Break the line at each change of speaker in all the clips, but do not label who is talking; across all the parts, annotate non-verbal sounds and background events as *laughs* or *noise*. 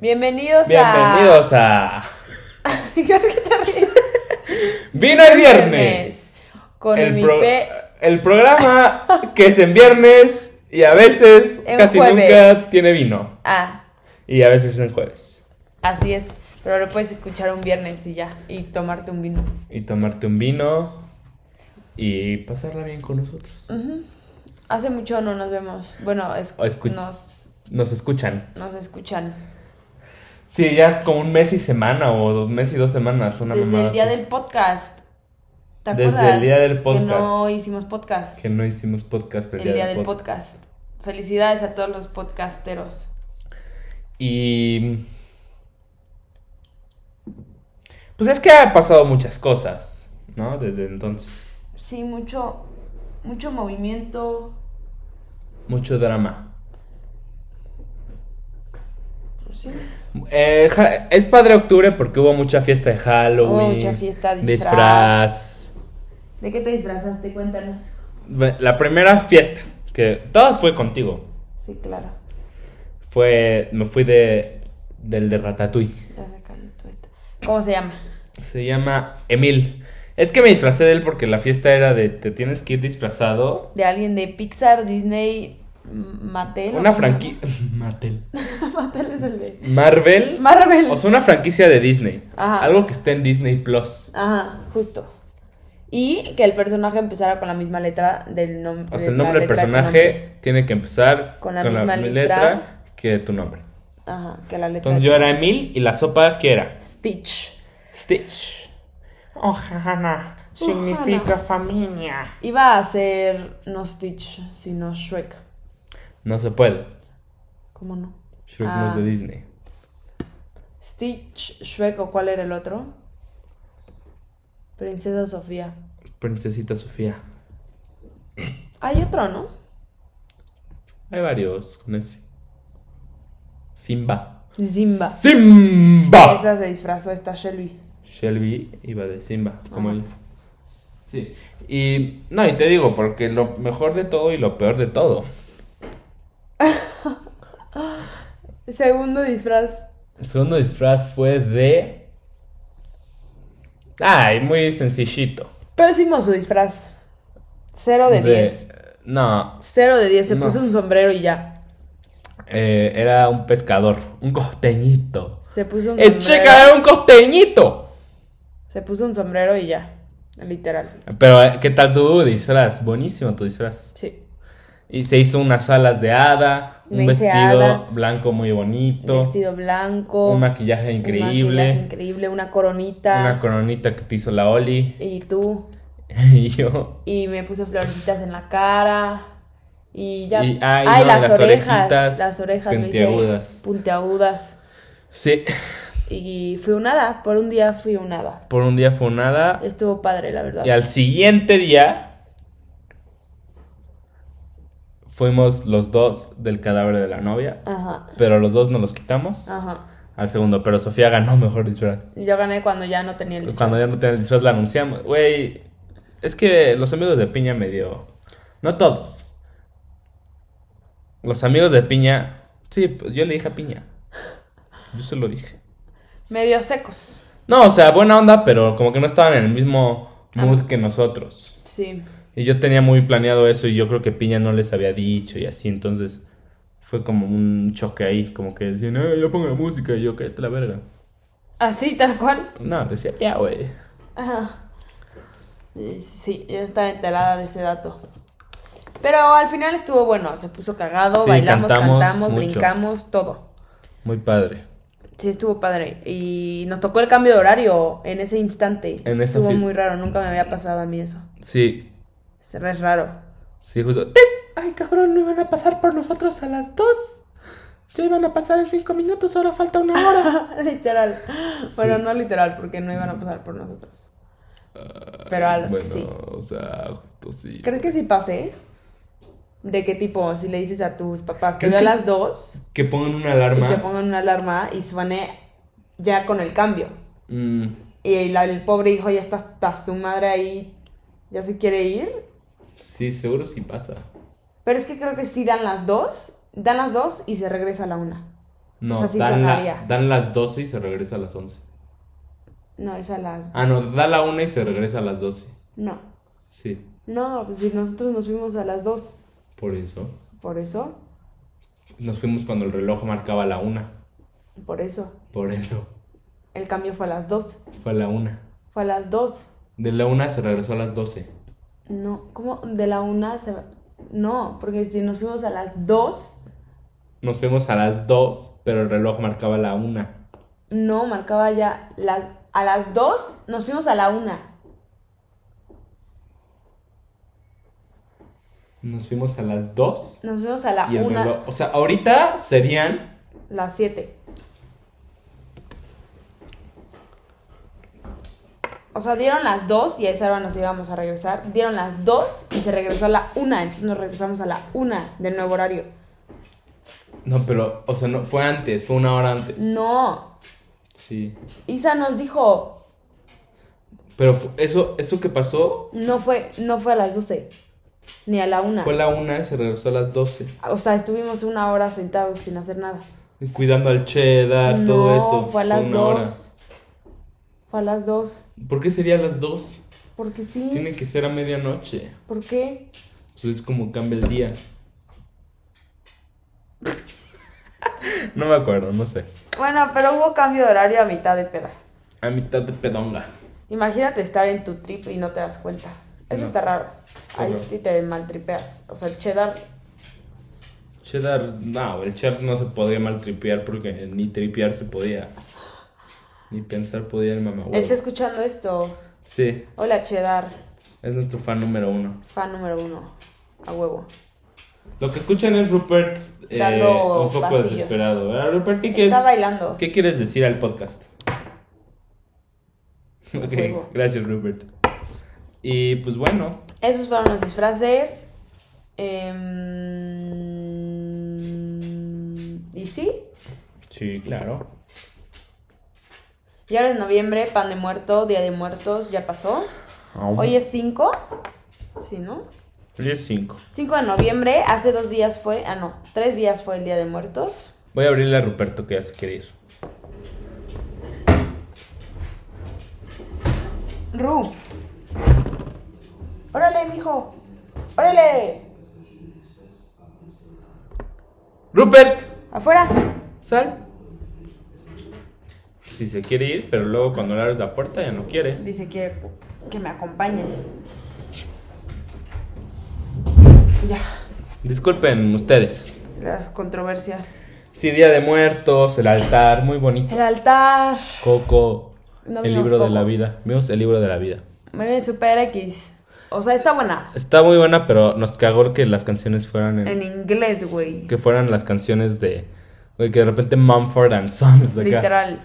Bienvenidos, *laughs*
Bienvenidos a...
a. Creo que también.
Vino *laughs* el viernes.
Con el,
El,
mi
pro-
pe-
el programa que es en viernes y a veces
*laughs* En
casi
jueves.
nunca tiene vino.
Ah,
Y a veces es en jueves.
así es. Pero lo puedes escuchar un viernes y ya. Y tomarte un vino.
Y tomarte un vino y pasarla bien con nosotros.
Ujú. Hace mucho no nos vemos. Bueno, es-
O escu-
nos,
Nos escuchan.
nos escuchan.
Sí, ya como un mes y semana o dos meses y dos semanas. Una
Desde
mamada
el día
así.
del podcast. ¿Te
Desde el
acuerdas?
día del podcast.
Que no hicimos podcast.
Que no hicimos podcast el,
el día, del podcast. Felicidades a todos los podcasteros.
Y... Pues es que ha pasado muchas cosas, ¿no? Desde entonces.
Sí, mucho, mucho movimiento.
Mucho drama.
Pues sí.
Eh, ja- es padre octubre porque hubo mucha fiesta de Halloween.
Mucha fiesta,
disfraz.
disfraz. ¿De qué te disfrazaste? Cuéntanos.
La primera fiesta, que todas fue contigo,
Sí, claro.
fue, me fui de, del de Ratatouille.
Ya se cayó todo esto. ¿Cómo se llama?
Se llama Emil. Es que me disfracé de él porque la fiesta era de te tienes que ir disfrazado.
¿De alguien de Pixar, Disney, M- Mattel?
Una
¿o cómo se llama?
*laughs* franquicia... Martel.
*laughs* Mattel es el de...
Marvel.
Marvel.
O sea, una franquicia de Disney.
Ajá.
Algo que esté en Disney Plus.
Ajá, justo. Y que el personaje empezara con la misma letra del nombre.
O sea, el nombre del personaje tiene que empezar
Con la misma letra.
que tu nombre.
Ajá, que la letra.
Entonces
de-
yo era Emil y la sopa ¿qué era
Stitch.
Stitch.
Ohana significa familia.
Iba a ser no Stitch, sino Shrek.
No se puede.
¿Cómo no?
Shrek
Ah.
no es de Disney.
Stitch, Shrek o cuál era el otro? Princesa Sofía.
Princesita Sofía.
Hay otro, ¿no?
Hay varios con ese. Simba.
Simba.
Simba.
Esa se disfrazó esta Shelby.
Shelby iba de Simba, como
Ajá.
él. Sí. Y no, y te digo, porque lo mejor de todo y lo peor de todo.
Segundo disfraz.
El segundo disfraz fue de... Ay, muy sencillito.
Pésimo su disfraz. Cero de 10.
No,
Cero de 10. Se
No.
puso un sombrero y ya.
Eh, era un pescador, un costeñito.
Se puso un
¡Eh,
sombrero.
chica, era un costeñito!
Se puso un sombrero y ya. Literal.
Pero, eh, ¿qué tal tu disfraz? Buenísimo tu disfraz.
Sí.
Y se hizo unas alas de hada, un
Me hice
vestido
hada.
blanco muy bonito,
Vestido blanco.
un maquillaje
un
increíble,
maquillaje increíble. Una coronita.
una coronita que te hizo la Oli *laughs*
y tú.
y yo.
Y me puse florecitas en la cara. Y ya.
Y- ay, no, las orejitas
las orejas me hice
puntiagudas.
puntiagudas.
Sí,
Y fui un hada. Por un día fui un hada.
por un día fue una hada
Estuvo padre, la verdad.
y al siguiente día fuimos los dos del cadáver de la novia,
Ajá,
pero los dos no los quitamos.
Ah. ajá.
al segundo, pero Sofía ganó mejor disfraz.
Yo gané cuando ya no tenía el disfraz.
Cuando ya no tenía el disfraz la anunciamos. Güey, es que los amigos de Piña medio... No todos. Los amigos de Piña... Sí, pues yo le dije a Piña. Yo se lo dije.
Medio secos.
No, o sea, buena onda, pero como que no estaban en el mismo
Ah.
mood que nosotros.
Sí.
Y yo tenía muy planeado eso y yo creo que Piña no les había dicho y así, entonces... Fue como un choque ahí, como que decían, "Ah, yo pongo la música y yo, cállate la verga.
Así, tal cual.
No, decía, ya, güey.
Ajá. Y Sí, yo estaba enterada de ese dato. Pero al final estuvo bueno. Se puso cagado,
Sí,
bailamos,
cantamos
cantamos,
mucho.
brincamos, todo.
Muy padre.
Sí, estuvo padre. Y nos tocó el cambio de horario en ese instante.
En esa
estuvo
fie-
muy raro. Nunca me había pasado a mí eso.
Sí,
Es re raro.
sí, justo.
Ay, cabrón, no iban a pasar por nosotros a las dos. Yo iban a pasar en cinco minutos, ahora falta una hora.
literal. Bueno, no literal, porque no iban a pasar por nosotros. *laughs* Pero a los
bueno,
que sí.
o sea, justo sí.
¿Crees que sí pase? ¿De qué tipo? Si le dices a tus papás que
¿Crees
yo a
que-
las dos
Que pongan una
y te
alarma.
pongan una alarma y suene ya con el cambio.
Mm,
Y la- el pobre hijo ya está hasta su madre ahí, ya se quiere ir.
sí, seguro sí pasa.
Pero es que creo que sí dan las dos, dan las dos y se regresa a la una.
No,
O sea, sí
dan, la-
sonaría.
dan las 12 y se regresa a las 11.
No, es a las.
Ah, no, da la 1 y se regresa a las 12.
No.
Sí,
No, pues si nosotros nos fuimos a las 2.
por eso.
Por eso.
Nos fuimos cuando el reloj marcaba la 1.
Por eso.
Por eso.
El cambio fue a las 2.
Fue a la 1.
Fue a las 2.
De la 1 se regresó a las 12.
No, ¿cómo? De la 1 se va. No, porque si nos fuimos a las 2,
Nos fuimos a las 2, pero el reloj marcaba la 1.
no, marcaba ya. Las... A las 2 nos fuimos a la 1.
Nos fuimos a las 2
Nos fuimos a la
y el
1,
reloj. O sea, ahorita serían.
las 7. O sea, dieron las 2 y a esa hora nos íbamos a regresar. Dieron las 2 y se regresó a la 1. Entonces nos regresamos a la 1 del nuevo horario.
No, pero, o sea, no, fue antes, fue una hora antes.
No,
Sí.
Isa nos dijo,
Pero fu- eso, eso que pasó
no fue, no fue a las 12, ni a la 1.
fue la 1 y se regresó a las 12.
O sea, estuvimos una hora sentados sin hacer nada.
Cuidando al cheddar,
no,
Ah, todo eso.
fue a las
una
2. Fue a las 2.
hora. ¿Por qué sería a las 2?
Porque sí,
Tiene que ser a medianoche.
¿por qué?
Pues es como cambia el día. No me acuerdo, no sé.
Bueno, pero hubo cambio de horario a mitad de peda.
A mitad de pedonga.
Imagínate estar en tu trip y no te das cuenta. Eso
No.
está raro. Ahí
Claro.
sí te maltripeas. O sea, el cheddar.
Cheddar, no, el cheddar no se podía maltripear porque ni tripear se podía. Ni pensar podía el mamá.
Está escuchando esto.
Sí,
Hola, cheddar.
es nuestro fan número uno.
Fan número uno. A huevo.
Lo que escuchan es Rupert eh,
Dando
un poco
pasillos.
desesperado. ¿verdad, Rupert? ¿Qué quieres,
Está bailando.
¿Qué quieres decir al podcast? Ok,
Juego.
gracias Rupert. Y pues bueno,
Esos fueron los disfraces. Em, y sí.
sí, claro.
Y ahora es noviembre, pan de muerto, día de muertos, ya pasó. Hoy es 5. Sí, ¿no?
Ah, Hoy es 5.
5 de noviembre, hace dos días fue. Ah, no, tres días fue el día de muertos.
Voy a abrirle a Ruperto que ya se quiere ir.
Ru. Órale, mijo. Órale.
¡Rupert!
Afuera.
Sal. Si se quiere ir, pero luego cuando le abres la puerta ya no quiere.
Dice que, que me acompañe. Ya,
Disculpen ustedes.
las controversias.
Sí, Día de Muertos, el altar, muy bonito.
El altar.
Coco,
No
el
vimos
libro de
Coco.
la vida. Vimos el libro de la vida.
Meme Super X. O sea, está buena.
Está muy buena, pero nos cagó que las canciones fueran en-
En inglés, güey.
que fueran las canciones de güey, que de repente Mumford and Sons acá.
Literal.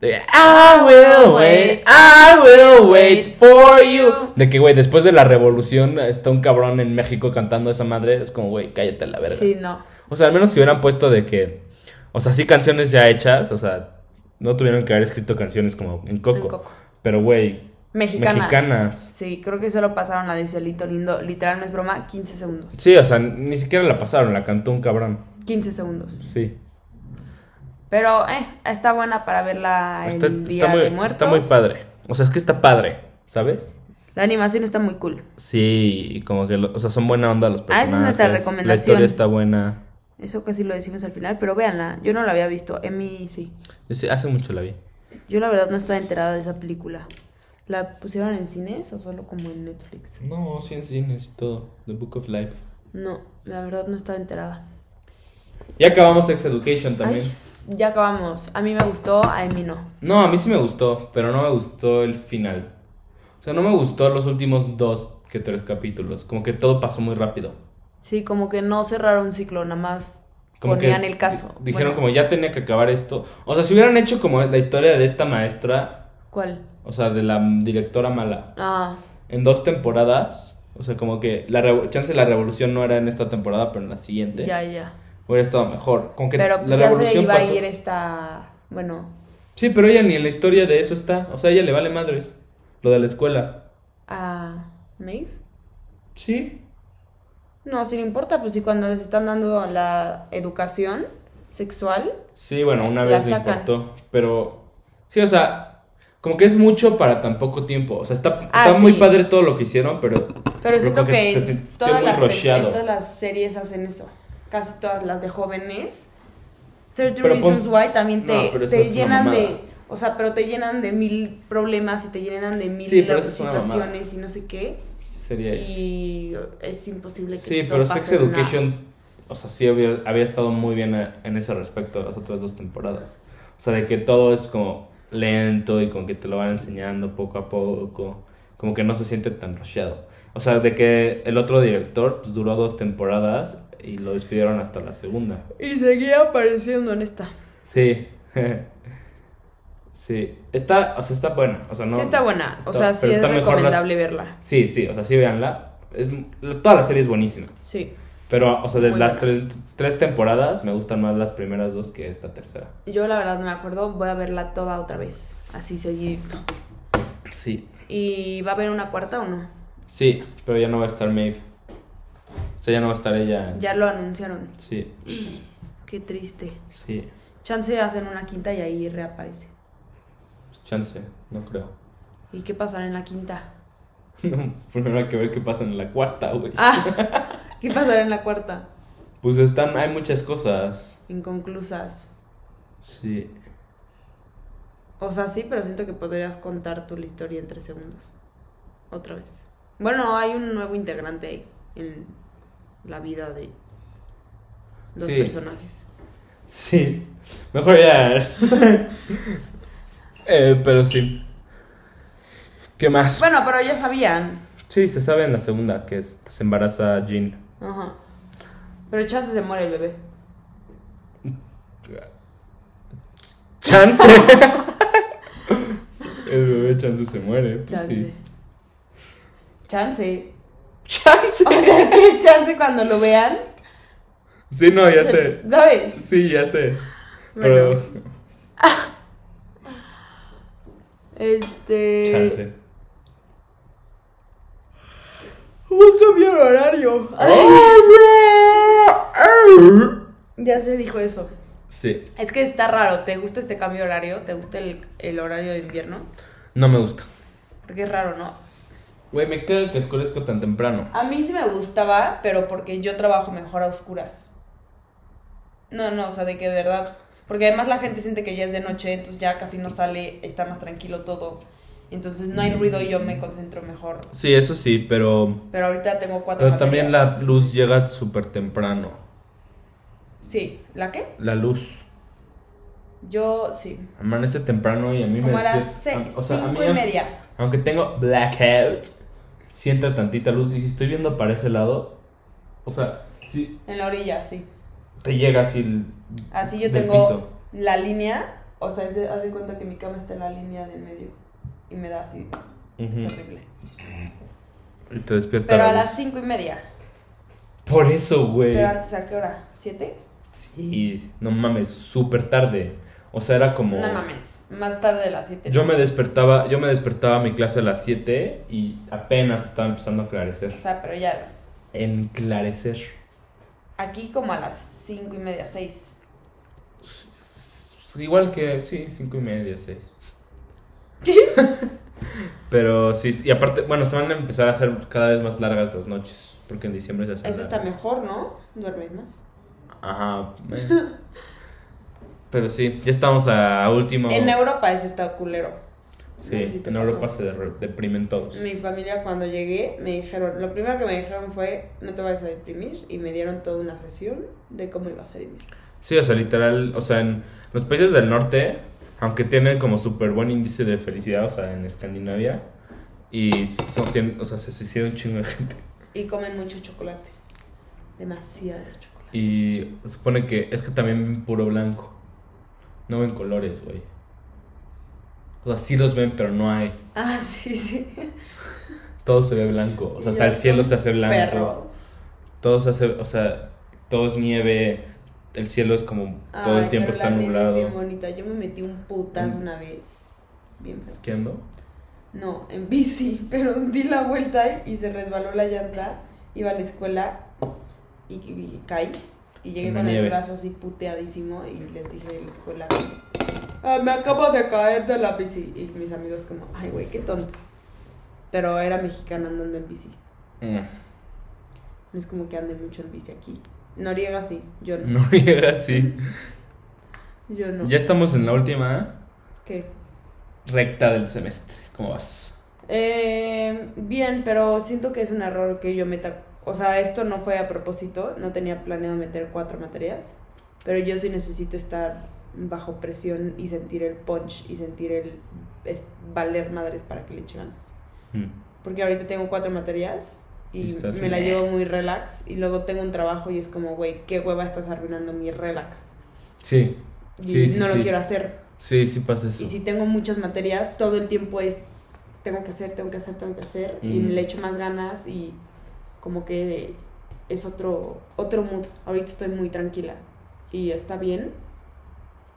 De, I will wait, I will wait for you. De que, güey, después de la revolución está un cabrón en México cantando esa madre. Es como, güey, cállate a la verga.
Sí, no.
O sea, al menos si hubieran puesto de que. O sea, sí, canciones ya hechas. O sea, no tuvieron que haber escrito canciones como en Coco.
En Coco.
Pero, güey,
Mexicanas.
Mexicanas.
Sí, creo que solo pasaron la de Cielito Lindo. Literal, no es broma. 15 segundos.
sí, o sea, ni siquiera la pasaron. La cantó un cabrón.
15 segundos.
Sí.
Pero, eh, está buena para verla el
Está,
día
está muy,
de muertos.
está muy padre. O sea, es que está padre, ¿sabes?
La animación está muy cool.
Sí, y como que, lo- o sea, son buena onda los
Ah,
personajes.
esa es nuestra
La
recomendación.
historia está buena.
Eso casi lo decimos al final, pero véanla. Yo no la había visto. Emi sí.
Yo sí, hace mucho la vi.
Yo la verdad no estaba enterada de esa película. ¿La pusieron en cines o solo como en Netflix?
No, sí, en cines y todo. The Book of Life.
No, la verdad no estaba enterada.
Ya acabamos Sex Education también.
Ay, ya acabamos. A mí me gustó, a Emi no.
No, a mí sí me gustó, pero no me gustó el final. O sea, no me gustó los últimos dos que tres capítulos. Como que todo pasó muy rápido.
Sí, como que no cerraron un ciclo, nada más
Como
ponían
que
el caso.
di- Dijeron
Bueno,
como ya tenía que acabar esto. O sea, si hubieran hecho como la historia de esta maestra,
¿Cuál?
o sea, de la directora mala,
Ah,
en dos temporadas, o sea, como que la revo- chance de la revolución no era en esta temporada, pero en la siguiente,
ya, ya.
hubiera estado mejor. Como que
Pero
la
pues ya se
revolución
iba
pasó-
a ir esta... Bueno,
Sí, pero ella ni en la historia de eso está. O sea, a ella le vale madres lo de la escuela.
a... ¿Maeve?
Sí,
No, sí le importa, pues sí, cuando les están dando la educación, sexual.
Sí, bueno, una
La
vez le
sacan.
importó. Pero. Sí, o sea. Como que es mucho para tan poco tiempo. O sea, está,
Ah,
está muy
sí.
padre todo lo que hicieron, pero.
Pero siento
como
que,
se
en
sintió
todas,
muy
las,
rusheado.
en todas las series hacen eso. Casi todas las de jóvenes. 30
Pero pon-
Reasons Why también
No,
te,
pero eso
te
es una
llenan
mamada.
de. O sea, pero te llenan de mil problemas y te llenan de mil
Sí, pero eso es una mamada.
situaciones y no sé qué.
Sería.
Y es imposible que
Sí,
esto
pero
pase
Sex
en una-
Education, o sea, sí había, había estado muy bien eh, en ese respecto las otras dos temporadas. O sea, de que todo es como lento y como que te lo van enseñando poco a poco, como que no se siente tan rusheado. O sea, de que el otro director pues, duró dos temporadas y lo despidieron hasta la segunda.
Y seguía apareciendo en esta.
Sí. *laughs* sí. Está, o sea, está buena. O sea, no,
sí está buena. o sea,
está-
sí
pero
es
está mejor las-
recomendable verla.
Sí, sí, o sea, sí, véanla. Es, toda la serie es buenísima.
Sí.
Pero, o sea, de
Muy
las
buena.
tres, tres temporadas me gustan más las primeras dos que esta tercera.
Yo la verdad no me acuerdo. Voy a verla toda otra vez. Así seguidito.
Sí.
¿Y va a haber una cuarta o no?
Sí, pero ya no va a estar Maeve. O sea, ya no va a estar ella.
Ya lo anunciaron.
Sí,
Qué triste.
sí.
Chance hacen una quinta y ahí reaparece.
Pues Chance, no creo. *laughs*
¿Y qué pasará en la *laughs* quinta?
No, pues primero hay que ver qué pasa en la cuarta, güey.
Ah, ¿qué pasará en la cuarta?
Pues están, hay muchas cosas.
Inconclusas.
Sí.
O sea, sí, pero siento que podrías contar tu la historia en tres segundos. Otra vez. Bueno, hay un nuevo integrante ahí en la vida de los
Sí.
personajes.
Sí. Mejor ya. *laughs* Eh, pero sí. ¿Qué más?
Bueno, pero ya sabían.
Sí, se sabe en la segunda que es- se embaraza Jean.
Ajá. Pero chance se muere el bebé.
Chance.
*laughs*
El bebé Chance se muere. Pues
Chance.
sí.
Chance.
Chance.
O sea, es que chance cuando lo vean.
Sí, no, ya sé.
¿Sabes?
Sí, ya sé.
Bueno.
Pero.
Este.
*laughs* Chance.
Voy a cambiar horario.
Oh.
Ya se dijo eso.
Sí.
Es que está raro. ¿Te gusta este cambio de horario? ¿Te gusta el, el horario de invierno?
No me gusta.
Porque es raro, ¿no?
Güey, me caga que oscurezca tan temprano.
A mí sí me gustaba, pero porque yo trabajo mejor a oscuras. No, no, o sea, de que de verdad. Porque además la gente siente que ya es de noche, entonces ya casi no sale, está más tranquilo todo. Entonces no hay
Mm.
ruido y yo me concentro mejor.
Sí, eso sí, pero.
Pero ahorita tengo cuatro.
Pero también
materias.
la luz llega súper temprano.
Sí, ¿la qué?
La luz.
Yo sí.
Amanece temprano y a mí
Como
me
a las
despierta-
seis,
o sea, a
cinco
mí-
y media.
Aunque tengo blackout, si entra tantita luz y si estoy viendo para ese lado, o sea, si
En la orilla, sí.
te llega así el,
Así Ah, yo
del
tengo
piso.
la línea, o sea, es de- haz de cuenta que mi cama está en la línea del medio y me da así,
Ujú.
es horrible.
Y te despierta
Pero
la
a
luz.
las cinco y media.
Por eso, güey.
¿Pero antes a qué hora? ¿Siete?
Sí, no mames, súper tarde. O sea, era como...
No mames, más tarde de las siete.
Yo me despertaba, yo me despertaba a mi clase a las 7 y apenas estaba empezando a aclarecer.
O sea, pero ya a las-
Enclarecer.
aquí como a las cinco y media, seis.
S- Pues, Igual que, sí, cinco y media, seis. *laughs* Pero sí, sí, y aparte, bueno, se van a empezar a hacer cada vez más largas las noches, porque en diciembre se hacen
Eso está
largas.
mejor, ¿no? Duermes más.
Ajá.
*laughs*
bueno. Pero sí, ya estamos a último.
En Europa eso está culero.
sí,
No sé si te
en
pasó.
Europa se der- deprimen todos.
Mi familia cuando llegué me dijeron, lo primero que me dijeron fue, no te vayas a deprimir y me dieron toda una sesión de cómo ibas a deprimir.
Sí, o sea, literal, o sea, en los países del norte, aunque tienen como súper buen índice de felicidad, o sea, en Escandinavia, y son, tienen- o sea, se suicida un chingo de gente.
Y comen mucho chocolate. Demasiado chocolate.
Y se supone que es que también ven puro blanco. No ven colores, güey. O sea, sí los ven, pero no hay.
Ah, sí, sí.
Todo se ve blanco. *laughs* O sea, hasta
Ya
el cielo
son
se hace blanco.
Perros.
Todo se hace, o sea, todo es nieve. El cielo es como todo el
Ay,
tiempo
pero
está
la nieve Es bien
nublado.
bonita. Yo me metí un putazo
Mm.
una vez. Bien feo.
¿Esquiando?
No, en bici, *laughs* pero di la vuelta y se resbaló la llanta. Iba a la escuela y, y caí. Y llegué
En la
con
nieve.
el brazo así puteadísimo y les dije en la escuela, "Ah, me acabo de caer de la bici. Y mis amigos como, ay, güey, qué tonto. Pero era mexicana andando en bici. No es como que ande mucho en bici aquí. Noriega sí, yo no.
No *laughs* llega así.
Yo no.
Ya estamos en la última
¿Qué?
recta del semestre. ¿Cómo vas?
Eh, bien, pero siento que es un error que yo meta. O sea, esto no fue a propósito, no tenía planeado meter cuatro materias, pero yo sí necesito estar bajo presión y sentir el punch y sentir el es- valer madres para que le eche ganas.
Mm.
Porque ahorita tengo cuatro materias
Y
y
estás
me la
en-
llevo muy relax y luego tengo un trabajo y es como, güey, qué hueva estás arruinando mi relax.
Sí.
Y
Sí, sí,
no
sí.
lo quiero hacer.
Sí, sí pasa eso.
Y si tengo muchas materias, todo el tiempo es tengo que hacer, tengo que hacer, tengo que hacer y
Mm.
le echo más ganas y como que es otro otro mood. Ahorita estoy muy tranquila y está bien.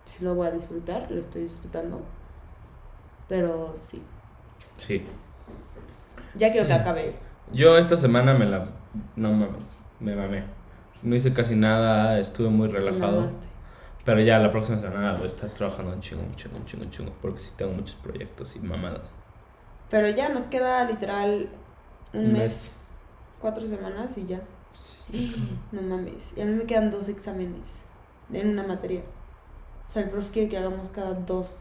Si lo voy a disfrutar, lo estoy disfrutando. Pero sí,
Sí.
ya quiero que
Sí.
acabe.
Yo esta semana me la... No mames, me mamé. No hice casi nada, estuve muy relajado.
Mamaste.
Pero ya la próxima semana voy a estar trabajando un chingo, un chingo, un chingo, un chingo. Porque sí tengo muchos proyectos y mamadas.
Pero ya nos queda literal un,
Un
mes,
mes.
cuatro semanas y ya.
Sí, está Pues, cabrón.
*gasps* No mames. Y a mí me quedan dos exámenes en una materia. O sea, el profe quiere que hagamos cada dos.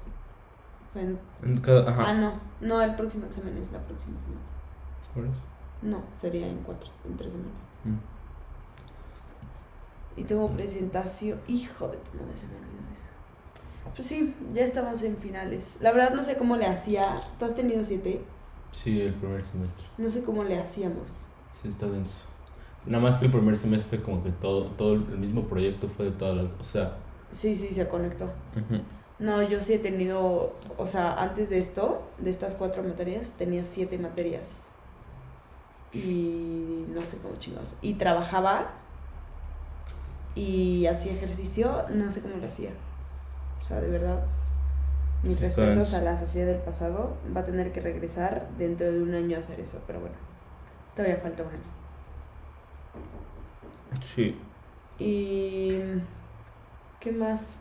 O sea, en-
En cada-
ah,
Ajá.
no. No, el próximo examen es la próxima semana.
Por eso.
No, sería en cuatro, en tres semanas.
Mm.
Y tengo presentación. Hijo de tu madre, se me olvidó eso. Pues sí, ya estamos en finales. La verdad no sé cómo le hacía. Tú has tenido siete.
Sí, el primer semestre.
No sé cómo le hacíamos.
Sí, está denso. Nada más que el primer semestre como que todo, todo el mismo proyecto fue de todas las... O sea...
Sí, sí, se conectó. No, yo sí he tenido, o sea, antes de esto, de estas cuatro materias, tenía siete materias. Y no sé cómo chingados. Y trabajaba y hacía ejercicio, no sé cómo lo hacía. O sea, de verdad. Mis
Sí, está
respetos
denso.
a la Sofía del pasado. Va a tener que regresar dentro de un año a hacer eso, pero bueno. Todavía falta un año.
Sí.
Y. ¿Qué más?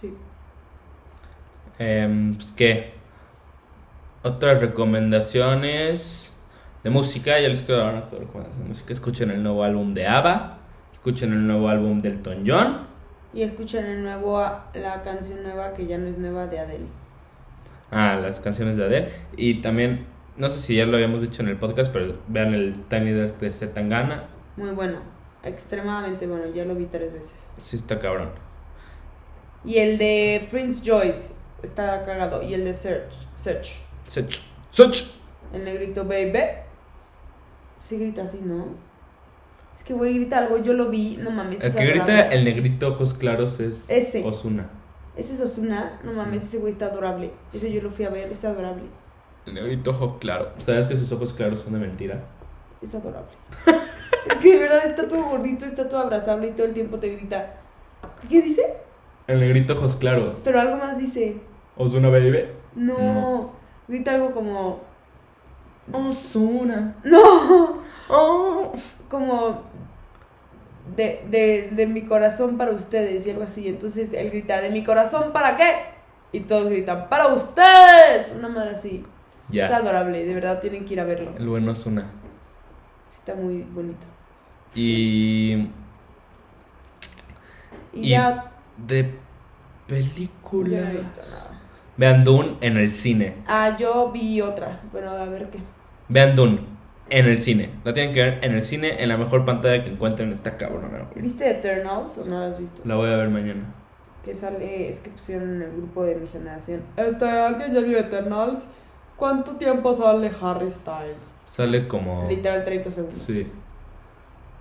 Sí.
Em, pues, ¿Qué? Otras recomendaciones de música. Ya les quiero dar una recomendación de música. Escuchen el nuevo álbum de ABBA. Escuchen el nuevo álbum del Elton John.
Y escuchen el nuevo, la canción nueva que ya no es nueva de Adele.
Ah, las canciones de Adele. Y también, no sé si ya lo habíamos dicho en el podcast, pero vean el Tiny Desk de Zetangana.
Muy bueno. Extremadamente bueno. Ya lo vi tres veces.
Sí está cabrón.
Y el de Prince Joyce. Está cagado. Y el de Search. Search.
Such. Such.
El negrito baby. Sí grita así, ¿no? Es que güey grita algo, yo lo vi, no mames.
El
es
que grita
adorable.
el negrito ojos claros es
Ese.
Osuna.
Ese es Osuna, no mames, ese güey está adorable. Ese yo lo fui a ver, es adorable.
El negrito ojos claro. ¿Sabes que sus ojos claros son de mentira?
Es
*laughs*
adorable. es que de verdad está todo gordito, está todo abrazable y todo el tiempo te grita. ¿Qué dice?
El negrito ojos claros.
Pero algo más dice.
Osuna baby.
No.
No.
Grita algo como.
Osuna.
¡No!
Oh.
Como. De, de, de mi corazón para ustedes y algo así. Entonces él grita, ¿de mi corazón para qué? Y todos gritan, ¡para ustedes! Una madre así.
Ya.
Es adorable, de verdad tienen que ir a verlo.
El buen Osuna.
Está muy bonito.
Y
Y,
Y-
ya,
de
ya no
película.
he visto nada.
Vean Dune en el cine.
Ah, yo vi otra, pero a ver qué.
Vean Dune en el cine. La tienen que ver en el cine, en la mejor pantalla que encuentren. Está cabrona. güey.
¿Viste Eternals o no la has visto?
La voy a ver mañana.
Que sale, es que pusieron en el grupo de mi generación. Este, ¿alguien ya vio Eternals? ¿Cuánto tiempo sale Harry Styles?
Sale como.
Literal 30 segundos.
Oh. Sí.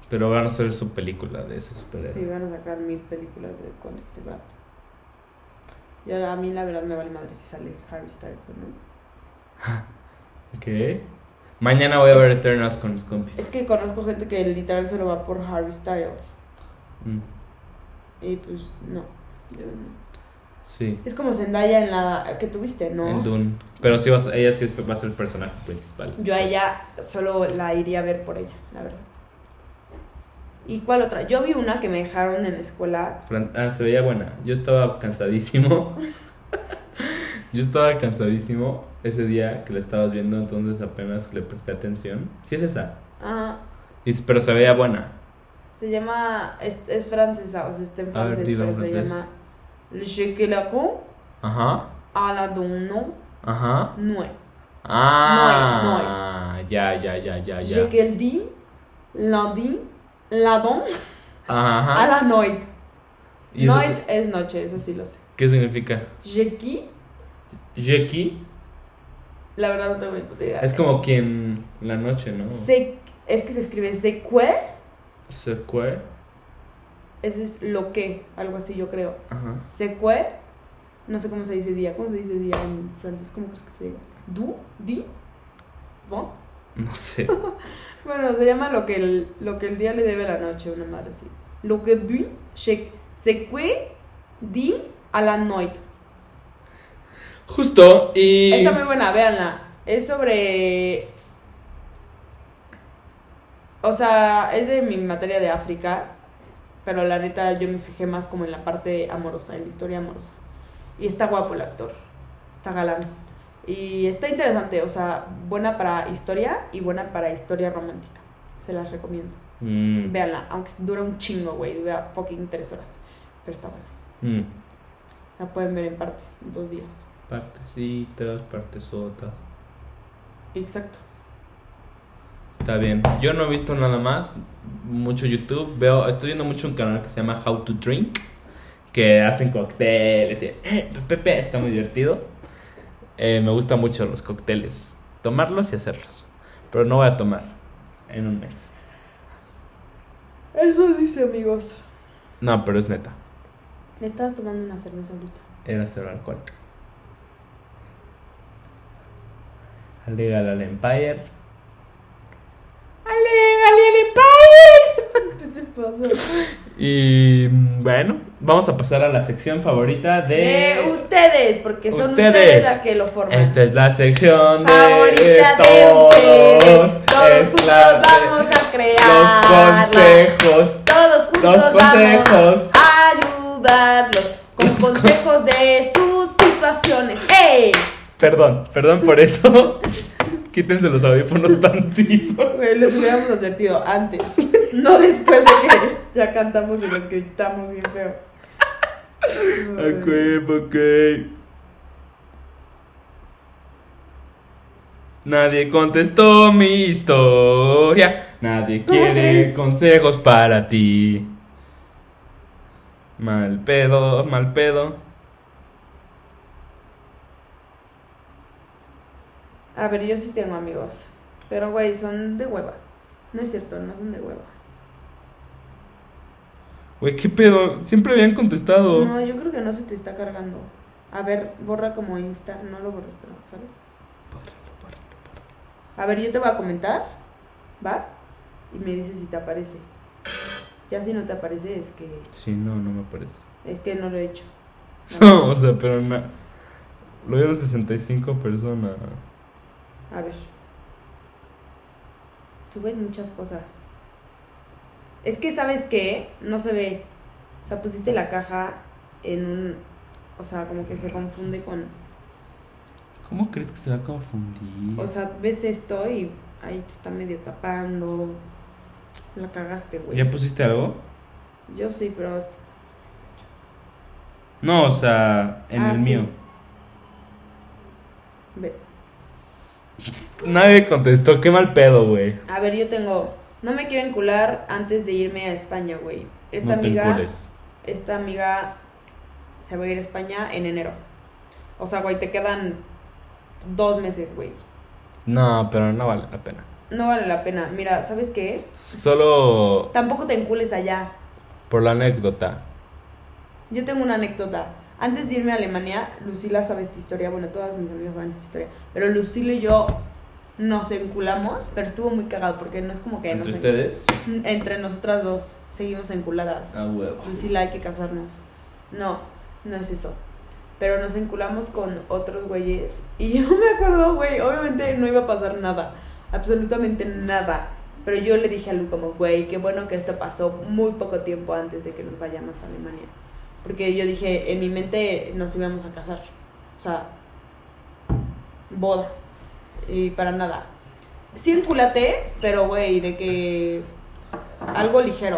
Pero van a hacer su película de ese superhéroe.
Sí, van a sacar mil películas de, con este brato. Y a a mí la verdad me vale madre si sale Harry Styles o no.
Ok. Mañana voy a ver Eternals con mis compis.
Es que conozco gente que literal se lo va por Harry Styles.
Mm.
Y pues no, yo no.
Sí.
Es como Zendaya en la que tuviste, ¿no?
En Dune. Pero sí, va a ser- ella sí es- va a ser el personaje principal.
Yo a ella solo la iría a ver por ella, la verdad. ¿Y cuál otra? Yo vi una que me dejaron en la escuela.
Fran- Ah, se veía buena. Yo estaba cansadísimo. *laughs* Yo estaba cansadísimo ese día que la estabas viendo, entonces apenas le presté atención. Sí es esa.
Ah,
Y s- pero se veía buena.
se llama. Es, es francesa, o sea, está en
A ver,
francés,
dilo
pero
en
se
francés.
llama Le Chocolat
Ajá.
à la Donne
Ajá.
Noix.
Ah, ya, ya, ya, ya, ya.
Jequeldi, Lundi, La Donne à
Ajá.
la Noit.
Ah. ¿Y eso
Noit es noche, eso sí lo sé.
¿Qué significa?
Jequi,
Yeki
la verdad no tengo ni puta idea.
es como quien la noche, ¿no?
Se- es que se escribe Seque,
Se fue.
eso es lo que, algo así yo creo.
Ajá.
Seque, no sé cómo se dice día, ¿cómo se dice día en francés? ¿Cómo crees que se diga? Du, di, bon.
No sé.
Bueno, se llama lo que el, lo que el día le debe a la noche, una madre así. Lo que du, se que di a la noche.
Justo y
Está muy buena, véanla. Es sobre. O sea, es de mi materia de África. Pero la neta, yo me fijé más como en la parte amorosa, en la historia amorosa. Y está guapo el actor. Está galán. Y está interesante, o sea, buena para historia y buena para historia romántica. Se las recomiendo.
Mm,
Véanla, aunque dura un chingo, güey. Dura fucking tres horas. Pero está buena.
mm.
La pueden ver en partes, en dos días.
Partecitas, partesotas.
Exacto.
Está bien. Yo no he visto nada más. Mucho YouTube. Veo, estoy viendo mucho un canal que se llama How to Drink. Que hacen cócteles. y, eh, Pepe, está muy divertido. Eh, me gustan mucho los cócteles. Tomarlos y hacerlos. Pero no voy a tomar en un mes.
Eso dice, amigos.
No, pero es neta.
Le estabas tomando una cerveza ahorita.
Era cero alcohol. Alegal al Empire. Alegal al Empire.
¿Qué te pasa?
Y mm, bueno, vamos a pasar a la sección favorita de.
De ustedes, porque son ustedes,
Eh, Ustedes. Este,
las que lo forman.
Esta es la sección de
Favorita de
todos.
ustedes. Todos
Es
juntos
la de
vamos a
los
crearla.
consejos.
Todos juntos
Los consejos.
vamos a ayudarlos con consejos de sus situaciones. ¡Ey!
Perdón, perdón por eso. *laughs* Quítense los audífonos *laughs* tantito.
Los hubiéramos advertido antes, *laughs* no después de que ya cantamos y les gritamos bien feo.
Ok, ok. Nadie contestó mi historia. Nadie
¿Cómo
quiere
crees?
consejos para ti. Mal pedo, mal pedo.
A ver, yo sí tengo amigos. Pero, güey, son de hueva. No es cierto, no son de hueva.
Güey, qué pedo. Siempre habían contestado.
No, yo creo que no se te está cargando. A ver, borra como Insta. No lo borres, pero, ¿sabes? A ver, yo te voy a comentar. ¿Va? Y me dices si te aparece. Ya si no te aparece es que
Sí, no, no me parece.
es que no lo he hecho.
No, *laughs* o sea, pero na- Lo vieron 65 personas.
A ver. Tú ves muchas cosas. Es que, ¿sabes qué? No se ve. O sea, pusiste la caja en un... O sea, como que se confunde con...
¿Cómo crees que se va a confundir?
O sea, ves esto y ahí te está medio tapando. La cagaste, güey.
¿Ya pusiste algo?
Yo sí, pero...
No, o sea, en
Ah,
el
sí.
mío.
ve.
Nadie contestó, qué mal pedo, güey.
A ver, yo tengo... No me quiero encular antes de irme a España, güey. Esta
no te
amiga...
encules.
esta amiga se va a ir a España en enero. O sea, güey, te quedan dos meses, güey.
No, pero no vale la pena.
No vale la pena. Mira, ¿sabes qué?
Solo
Tampoco te encules allá.
por la anécdota.
Yo tengo una anécdota. Antes de irme a Alemania, Lucila sabe esta historia. Bueno, todas mis amigas saben esta historia. Pero Lucila y yo nos enculamos, pero estuvo muy cagado porque no es como que nos
¿Entre
en-
ustedes?
entre nosotras dos seguimos enculadas.
A huevo.
Lucila, hay que casarnos. No, no es eso. Pero nos enculamos con otros güeyes. Y yo *laughs* me acuerdo, güey, obviamente no iba a pasar nada. Absolutamente nada. Pero yo le dije a Lu como, güey, qué bueno que esto pasó muy poco tiempo antes de que nos vayamos a Alemania. Porque yo dije, en mi mente nos íbamos a casar. O sea, boda. Y para nada. Sí enculate, pero güey, de que algo ligero.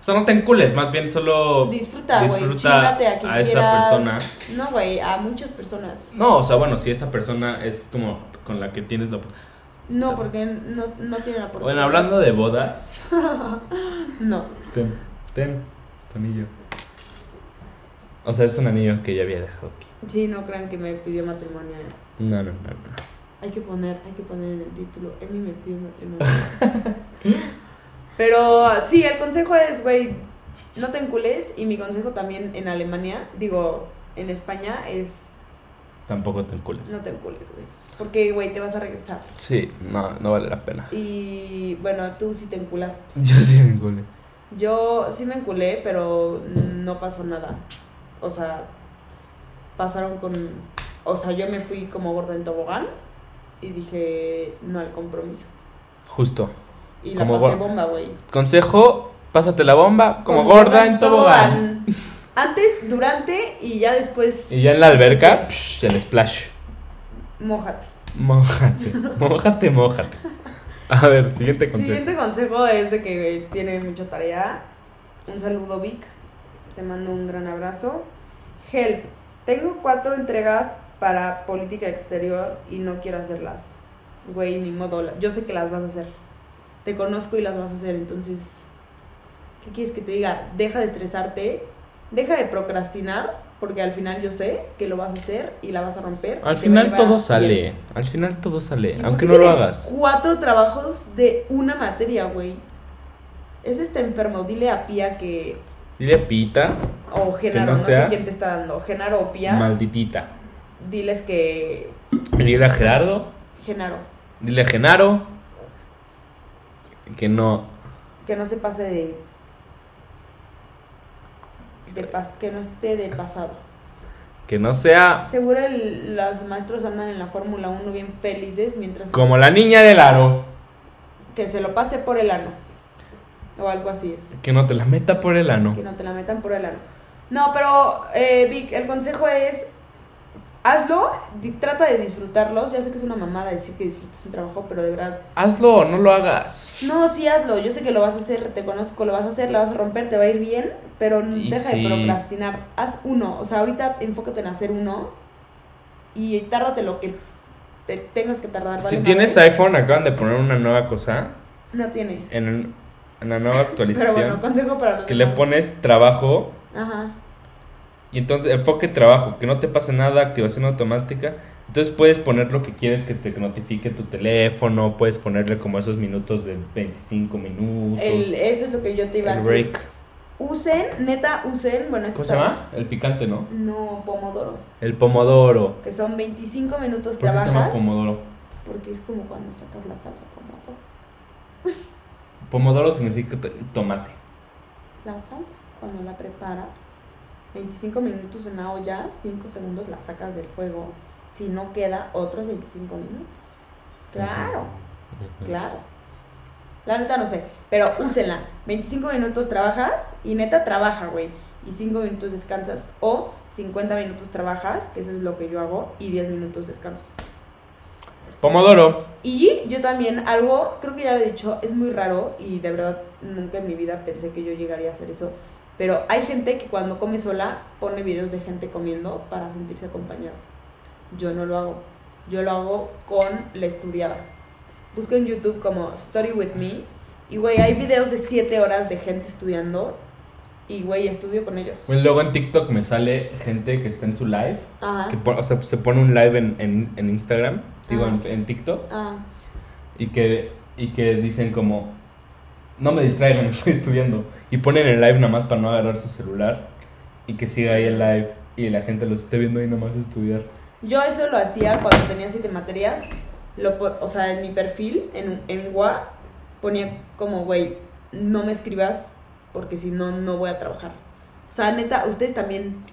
O sea, no te encules, más bien solo
Disfruta, güey. Chingate a quien
a esa
quieras.
persona.
No, güey, a muchas personas.
No, o sea, bueno, si esa persona es como con la que tienes la opor-
No, porque no, no tienen oportunidad.
Bueno, hablando de bodas.
No.
Ten, ten, tu anillo. O sea, es un anillo que ya había dejado aquí.
Sí, no crean que me pidió matrimonio.
No, no, no, no.
Hay que poner, hay que poner en el título. Emi me pidió matrimonio.
*laughs*
Pero sí, el consejo es, güey, no te encules. Y mi consejo también en Alemania, digo, en España, es
Tampoco te encules.
no te encules, güey. Porque, güey, te vas a regresar.
Sí, no, no vale la pena.
Y bueno, tú sí te enculas.
Yo sí me enculé.
Yo sí me enculé, pero no pasó nada. O sea, pasaron con... O sea, yo me fui como gordo en tobogán y dije no al compromiso.
Justo.
Y la
Como
pasé
gor-
bomba, güey.
Consejo, pásate la bomba como, gorda en tobogán.
Antes, durante y ya después...
Y ya en la alberca, psh, el splash.
Mójate.
*laughs* Mójate, mójate, mójate. A ver, siguiente consejo.
Siguiente consejo es de que tiene mucha tarea. Un saludo, Vic. Te mando un gran abrazo. Help. Tengo cuatro entregas para política exterior y no quiero hacerlas. Güey, ni modo. la- Yo sé que las vas a hacer. Te conozco y las vas a hacer. Entonces, ¿qué quieres que te diga? Deja de estresarte. Deja de procrastinar. Porque al final yo sé que lo vas a hacer y la vas a romper. y
Al
te va a
final
llevar
todo
bien.
sale. Al final todo sale.
¿Por
Aunque
qué
no lo
tienes
hagas.
Cuatro trabajos de una materia, güey. Eso está enfermo. Dile a Pía que.
Dile a Pita,
O Genaro,
no
no, sé
sea
quién te está dando. Genaro o Pía.
malditita.
Diles que.
Dile a Gerardo,
Genaro.
dile a Genaro. Que no.
Que no se pase de. de pas- que no esté de pasado.
Que no sea
Seguro el- los maestros andan en la Fórmula 1 bien felices mientras.
como la niña del aro.
Que se lo pase por el ano. O algo así es.
Que no te la meta por el ano.
Que no te la metan por el ano. No, pero eh, Vic, el consejo es, hazlo, di- trata de disfrutarlos. Ya sé que es una mamada decir que disfrutes un trabajo, pero de verdad...
Hazlo o no lo hagas.
No, sí, hazlo. Yo sé que lo vas a hacer, te conozco, lo vas a hacer, la vas a romper, te va a ir bien, pero n-
Y
deja
sí.
de procrastinar. Haz uno. O sea, ahorita enfócate en hacer uno y tárdate lo que te tengas que tardar. vale
Si
madre.
tienes iPhone, acaban de poner una nueva cosa
No tiene.
en, en la
*laughs*
nueva
Pero
actualización.
bueno, consejo para los
que le
demás.
pones trabajo
Ajá.
Y entonces, enfoque trabajo, que no te pase nada, activación automática. Entonces puedes poner lo que quieres que te notifique tu teléfono, puedes ponerle como esos minutos de 25 minutos.
El- eso es lo que yo te iba a
el
decir.
break.
Usen, neta, usen, bueno, esto
¿Cómo se
está-
llama? El picante, ¿no?
No, pomodoro,
El pomodoro.
que son 25 minutos
¿Por qué se llama
trabajas,
pomodoro?
porque es como cuando sacas la salsa pomodoro.
Pomodoro significa t- tomate.
La salsa, cuando la preparas, 25 minutos en la olla, 5 segundos la sacas del fuego. Si no queda, otros 25 minutos. Claro, claro. La neta no sé, pero úsenla. 25 minutos trabajas y neta trabaja, güey. Y 5 minutos descansas. O 50 minutos trabajas, que eso es lo que yo hago, y 10 minutos descansas.
Pomodoro.
Y yo también, algo, creo que ya lo he dicho, es muy raro y de verdad nunca en mi vida pensé que yo llegaría a hacer eso. Pero hay gente que cuando come sola pone videos de gente comiendo para sentirse acompañada. Yo no lo hago. Yo lo hago con la estudiada. Busca en YouTube como Study with Me. Y güey, hay videos de 7 horas de gente estudiando. Y güey, estudio con ellos.
Pues luego en TikTok me sale gente que está en su live.
Ajá.
Que pon- o sea, se pone un live en, en, en Instagram, digo, en,
Ajá.
en TikTok.
Ah,
y que, y que dicen como, *laughs* no me distraigan, estoy estudiando. Y ponen el live nada más para no agarrar su celular y que siga ahí el live y la gente los esté viendo ahí nada más estudiar.
Yo eso lo hacía cuando tenía siete materias. Lo, po- o sea, en mi perfil, en, en WA, ponía como, güey, no me escribas porque si no, no voy a trabajar. O sea, neta, ustedes también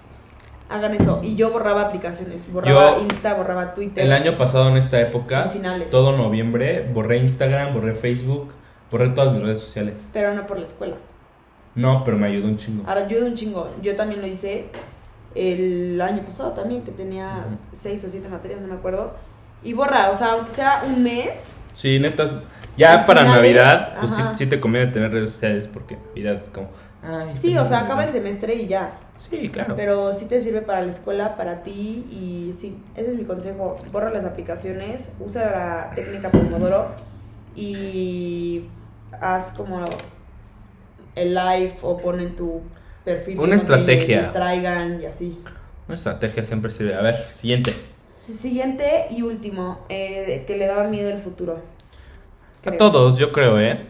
hagan eso. Y yo borraba aplicaciones, borraba
Yo-
Insta, borraba Twitter.
El año pasado en esta época,
En finales.
todo noviembre, borré Instagram, borré Facebook, borré todas mis redes sociales.
Pero no por la escuela.
No, pero me ayudó un chingo.
Ahora yo de un chingo, yo también lo hice el año pasado también, que tenía
Ujú.
seis o siete materias, no me acuerdo. Y borra, o sea, aunque sea un mes,
Sí, netas. Ya
En
para
finales,
Navidad, pues sí,
ajá.
sí te conviene tener redes sociales porque Navidad es como. Ay,
sí, o
pues,
sea,
Navidad.
acaba el semestre y ya.
Sí, claro.
Pero sí te sirve para la escuela, para ti y sí, ese es mi consejo. Borra las aplicaciones, usa la técnica Pomodoro y haz como el live o pon en tu perfil
Una
que no te
estrategia.
distraigan y así.
Una estrategia siempre sirve. A ver, siguiente.
Siguiente y último, eh, que le daba miedo el futuro.
A
Creo.
todos, yo creo, ¿eh?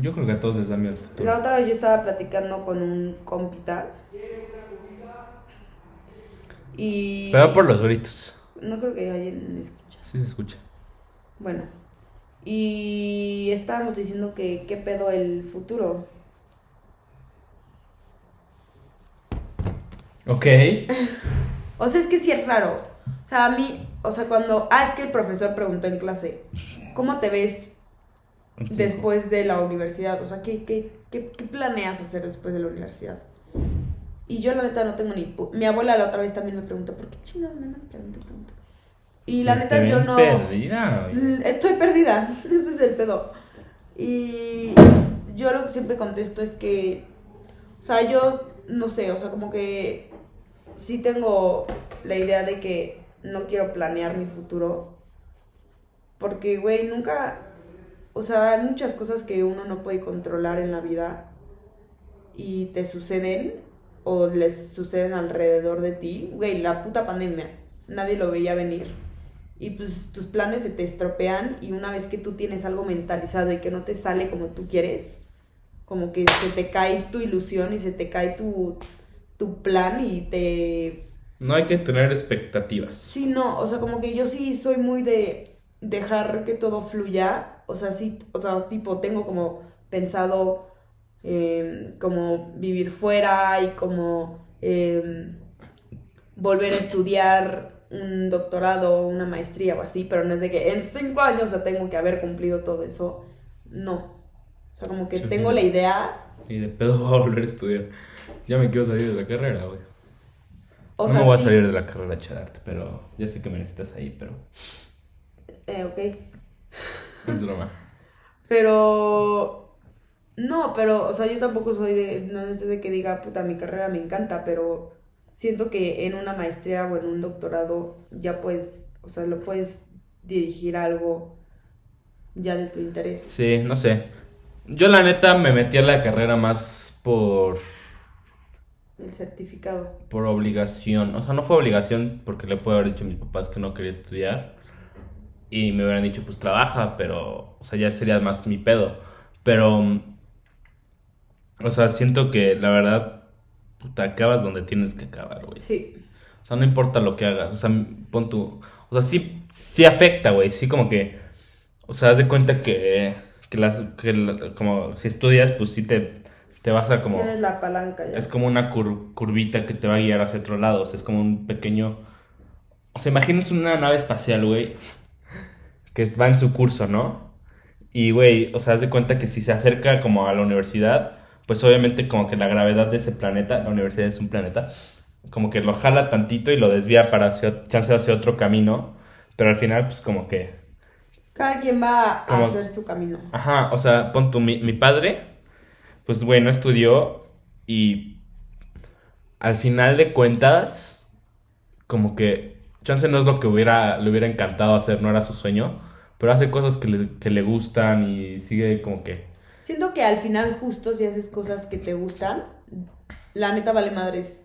Yo creo que a todos les da miedo el futuro.
La otra vez yo estaba platicando con un compita. Y.
Pero por los gritos.
No creo que alguien escucha.
Sí se escucha.
Bueno. Y estábamos diciendo que qué pedo el futuro.
Ok.
O sea, es que sí es raro. O sea, a mí, o sea, cuando. Ah, es que el profesor preguntó en clase, ¿cómo te ves después de la universidad? O sea, ¿qué, qué, qué, qué planeas hacer después de la universidad? Y yo la neta no tengo ni... pu- Mi abuela la otra vez también me preguntó, ¿por qué chingados me andan preguntando? preguntando?" Y la neta
Te
yo
ven
no...
Perdida, oye.
Mm, Estoy perdida, *laughs* ese es el pedo. Y yo lo que siempre contesto es que, o sea, yo no sé, o sea, como que sí tengo la idea de que no quiero planear mi futuro. Porque, güey, nunca, o sea, hay muchas cosas que uno no puede controlar en la vida y te suceden o les suceden alrededor de ti. Güey, la puta pandemia, nadie lo veía venir y pues tus planes se te estropean y una vez que tú tienes algo mentalizado y que no te sale como tú quieres, como que se te cae tu ilusión y se te cae tu, tu plan y te...
No hay que tener expectativas.
Sí, no, o sea, como que yo sí soy muy de dejar que todo fluya, o sea, sí, o sea, tipo, tengo como pensado eh, como vivir fuera y como eh, volver a estudiar un doctorado, una maestría o así, pero no es de que en cinco años o sea, tengo que haber cumplido todo eso, no. O sea, como que
Sí,
tengo
sí.
la idea,
Y de pedo voy a volver a estudiar. Ya me quiero salir de la carrera, güey.
o
no
sea,
me voy
sí,
a salir de la carrera a chadarte, pero ya sé que me necesitas ahí, pero
eh, ok.
es broma.
Pero. No, pero, o sea, yo tampoco soy de. No es de que diga, puta, mi carrera me encanta, pero siento que en una maestría o en un doctorado ya puedes. O sea, lo puedes dirigir a algo ya de tu interés.
Sí, no sé. Yo la neta me metí a la carrera más por
El certificado.
por obligación. O sea, no fue obligación porque le puedo haber dicho a mis papás que no quería estudiar. Y me hubieran dicho, pues trabaja, pero, o sea, ya sería más mi pedo. Pero, mm, o sea, siento que la verdad, puta, acabas donde tienes que acabar, güey.
Sí.
O sea, no importa lo que hagas. O sea, pon tu. O sea, sí, sí afecta, güey. Sí, como que. O sea, haz de cuenta que. Que las. Que la- como si estudias, pues sí te. Te vas a como.
Tienes la palanca ya.
Es como una cur- curvita que te va a guiar hacia otro lado. O sea, es como un pequeño. O sea, imagínense una nave espacial, güey. Que va en su curso, ¿no? Y, güey, o sea, haz de cuenta que si se acerca como a la universidad, pues obviamente como que la gravedad de ese planeta, la universidad es un planeta, como que lo jala tantito y lo desvía para hacia, chance hacia otro camino. Pero al final, pues como que
Cada quien va a
Como-
hacer su camino.
Ajá, o sea, pon tu, mi, mi padre, pues güey, no estudió y al final de cuentas, como que chance no es lo que hubiera, le hubiera encantado hacer, no era su sueño, pero hace cosas que le, que le gustan y sigue como que...
Siento que al final, justo si haces cosas que te gustan, la neta vale madres.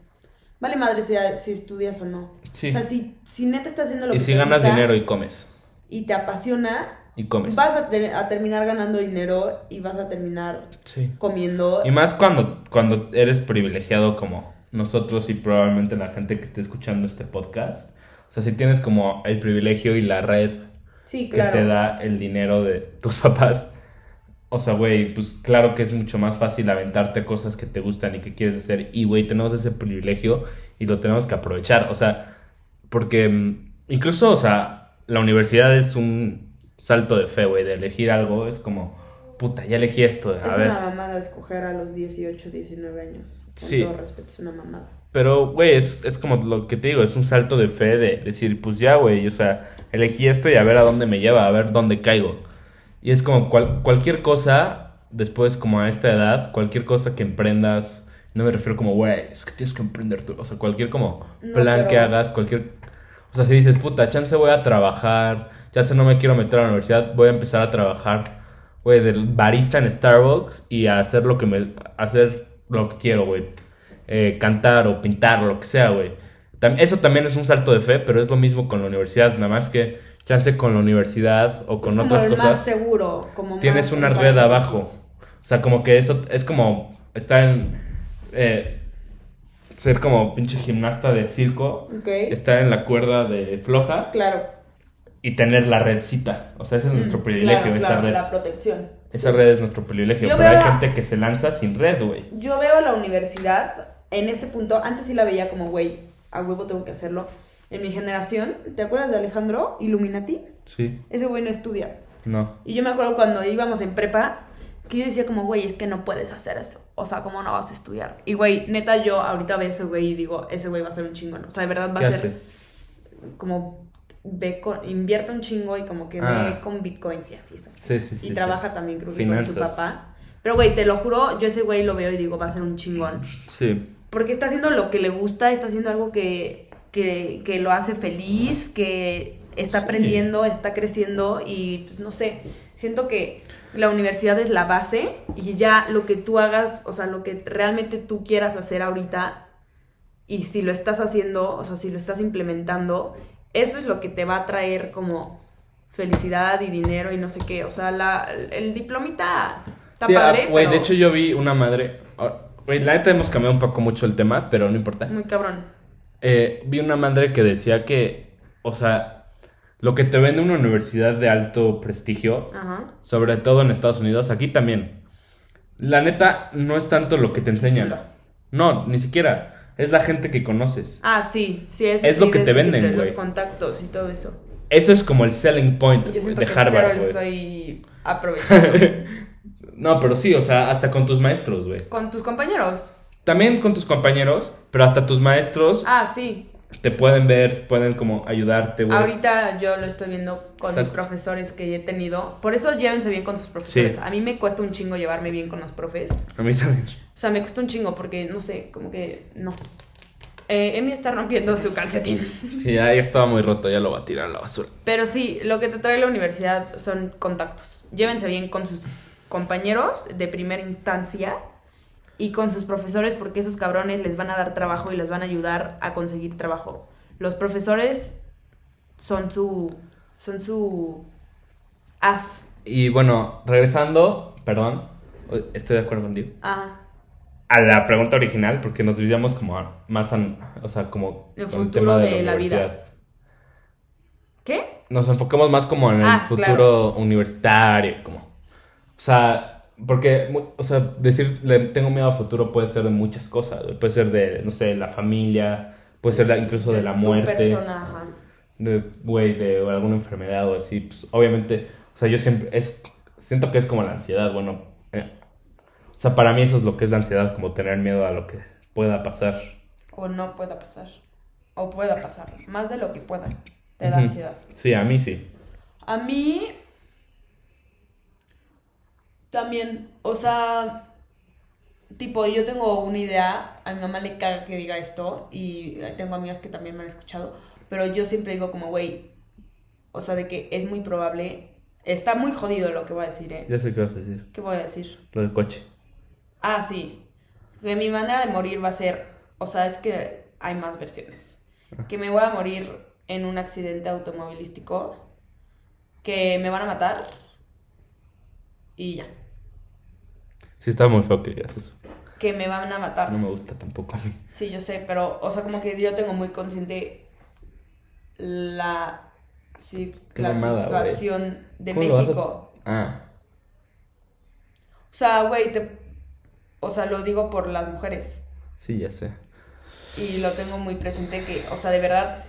Vale madres si, si estudias o no.
Sí.
O sea, si, si neta estás haciendo lo
y
que
si
te
ganas
gusta
dinero y Pues. comes,
y te apasiona,
y comes.
vas a, ter- a terminar ganando dinero y vas a terminar
Sí.
comiendo.
Y más cuando, cuando eres privilegiado como nosotros y probablemente la gente que esté escuchando este podcast. O sea, si tienes como el privilegio y la red
Sí,
que te
claro.
da el dinero de tus *laughs* papás. O sea, güey, pues claro que es mucho más fácil aventarte cosas que te gustan y que quieres hacer. Y, güey, tenemos ese privilegio y lo tenemos que aprovechar. O sea, porque mm, incluso, o sea, la universidad es un salto de fe, güey, de elegir algo. Es como, puta, ya elegí esto. A
es
ver.
una mamada escoger a los 18, 19 años. Con
Sí.
todo respeto, es una mamada.
Pero, güey, es, es como lo que te digo, es un salto de fe de decir, pues ya, güey, o sea, elegí esto y a ver a dónde me lleva, a ver dónde caigo. Y es como cual- cualquier cosa, después como a esta edad, cualquier cosa que emprendas, no me refiero como, güey, es que tienes que emprender tú, o sea, cualquier como
No,
plan que
pero-
hagas, cualquier... O sea, si dices, puta, chance voy a trabajar, chance no me quiero meter a la universidad, voy a empezar a trabajar, güey, del barista en Starbucks y a hacer lo que me... a hacer lo que quiero, güey eh, cantar o pintar, lo que sea, güey. Tam- Eso también es un salto de fe, pero es lo mismo con la universidad, nada más que chance con la universidad o con
es
otras
como el más
cosas.
seguro. Como
Tienes
más
una
en
red
paréntesis.
abajo. O sea, como que eso es como estar en... eh, ser como pinche gimnasta de circo,
Ok.
estar en la cuerda de floja
Claro.
y tener la redcita. O sea, ese es nuestro privilegio,
Mm, Claro,
esa
claro,
red.
La protección.
Esa red es nuestro privilegio,
Yo
pero hay
veo la-
gente que se lanza sin red, güey.
Yo veo la universidad en este punto, antes sí la veía como, güey, a huevo tengo que hacerlo. En mi generación, ¿te acuerdas de Alejandro Illuminati?
Sí.
Ese güey no estudia.
No.
Y yo me acuerdo cuando íbamos en prepa, que yo decía como, güey, es que no puedes hacer eso. O sea, ¿cómo no vas a estudiar? Y güey, neta, yo ahorita veo a ese güey y digo, ese güey va a ser un chingón. O sea, de verdad va
¿Qué
a
hace?
ser como, ve con- invierte un chingo y como que
Ah.
ve con bitcoins y así. esas
Sí,
cosas.
sí, sí,
Y
sí.
trabaja también, creo que
Finanzas.
con su papá. Pero güey, te lo juro, yo ese güey lo veo y digo, va a ser un chingón.
Sí.
Porque está haciendo lo que le gusta, está haciendo algo que, que, que lo hace feliz, que está
Sí.
aprendiendo, está creciendo y pues, no sé, siento que la universidad es la base y ya lo que tú hagas, o sea, lo que realmente tú quieras hacer ahorita y si lo estás haciendo, o sea, si lo estás implementando, eso es lo que te va a traer como felicidad y dinero y no sé qué, o sea, la, el diplomita está
Sí, ah,
padre,
Güey, de
pero
hecho yo vi una madre. ah, Güey, la neta hemos cambiado un poco mucho el tema, pero no importa.
muy cabrón.
Eh, vi una madre que decía que, o sea, lo que te vende una universidad de alto prestigio,
Ajá.
sobre todo en Estados Unidos, aquí también. La neta no es tanto lo que te enseñan. No, ni siquiera. Es la gente que conoces.
Ah, sí, sí, eso
Es
sí,
lo que
de
te
eso sí
venden,
Los
güey.
contactos y todo eso.
Eso es como el selling point
Y yo siento
de
que
Harvard,
cero lo
güey.
estoy
*laughs*
aprovechando.
No, pero sí, o sea, hasta con tus maestros, güey.
Con tus compañeros.
También con tus compañeros, pero hasta tus maestros
Ah, sí.
te pueden ver, pueden como ayudarte, güey.
Ahorita yo lo estoy viendo con
Exacto.
mis profesores que he tenido. Por eso llévense bien con sus profesores.
Sí.
A mí me cuesta un chingo llevarme bien con los profes.
A mí también.
O sea, me cuesta un chingo porque, no sé, como que no. Eh, Emi está rompiendo su calcetín.
*laughs* Sí, ya, ya estaba muy roto, ya lo va a tirar a la basura.
Pero sí, lo que te trae la universidad son contactos. Llévense bien con sus compañeros de primera instancia y con sus profesores porque esos cabrones les van a dar trabajo y les van a ayudar a conseguir trabajo. Los profesores son su son su as.
Y bueno, regresando, perdón, estoy de acuerdo contigo.
Ah,
A la pregunta original, porque nos desviamos como a- más, a- o sea, como
El
con
futuro de la vida.
universidad.
¿qué?
Nos enfocamos más como en el
Ah,
futuro
claro.
universitario, como. O sea, porque, mu- o sea, decir le tengo miedo al futuro puede ser de muchas cosas. güey. Puede ser de, no sé, la familia, puede ser de- incluso de, la
Tu
muerte.
persona, ajá.
de, güey, de alguna enfermedad o así, pues obviamente, o sea, yo siempre, es, siento que es como la ansiedad, bueno, eh, o sea, para mí eso es lo que es la ansiedad, como tener miedo a lo que pueda pasar.
O no pueda pasar. O pueda pasar. Más de lo que pueda. Te da
Ujú.
ansiedad.
Sí, a mí sí.
A mí también, o sea, tipo, yo tengo una idea, a mi mamá le caga que diga esto y tengo amigas que también me han escuchado, pero yo siempre digo como, güey, o sea, de que es muy probable, está muy jodido lo que voy a decir, ¿eh?
Ya sé qué vas a decir,
¿Qué voy a decir?
lo del coche.
Ah, sí. Que mi manera de morir va a ser, o sea, es que hay más versiones.
Ah.
Que me voy a morir en un accidente automovilístico, que me van a matar y ya.
Sí, está muy feo que digas eso.
Que me van a matar.
Ah, No me gusta tampoco a mí.
Sí, yo sé, pero, o sea, como que yo tengo muy consciente la, sí,
Qué
la
mamada, güey.
situación de
¿Cómo lo vas a-
México.
Ah,
O sea, güey, te... O sea, lo digo por las mujeres.
Sí, ya sé.
Y lo tengo muy presente que, o sea, de verdad,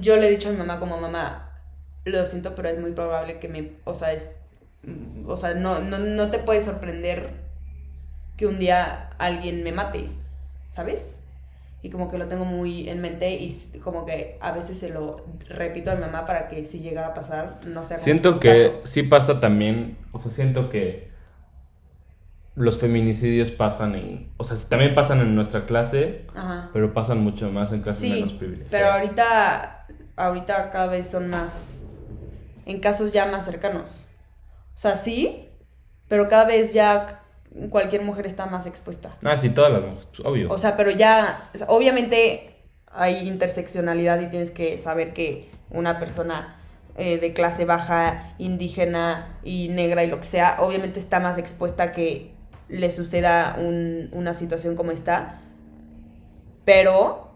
yo le he dicho a mi mamá como mamá, lo siento, pero es muy probable que me... O sea, es... O sea, no, no, no te puede sorprender que un día alguien me mate, ¿sabes? Y como que lo tengo muy en mente y s- como que a veces se lo repito a mi mamá para que si llegara a pasar, no sea como un
Siento que
putazo.
sí pasa también, o sea, siento que los feminicidios pasan en, o sea, también pasan en nuestra clase,
Ajá.
pero pasan mucho más en clases menos
Sí,
privilegiadas.
pero ahorita, ahorita cada vez son más, en casos ya más cercanos. O sea, sí, pero cada vez ya cualquier mujer está más expuesta.
Ah, sí, todas las mujeres, pues, obvio.
O sea, pero ya, o sea, obviamente hay interseccionalidad y tienes que saber que una persona eh, de clase baja, indígena y negra y lo que sea, obviamente está más expuesta a que le suceda un- una situación como esta. Pero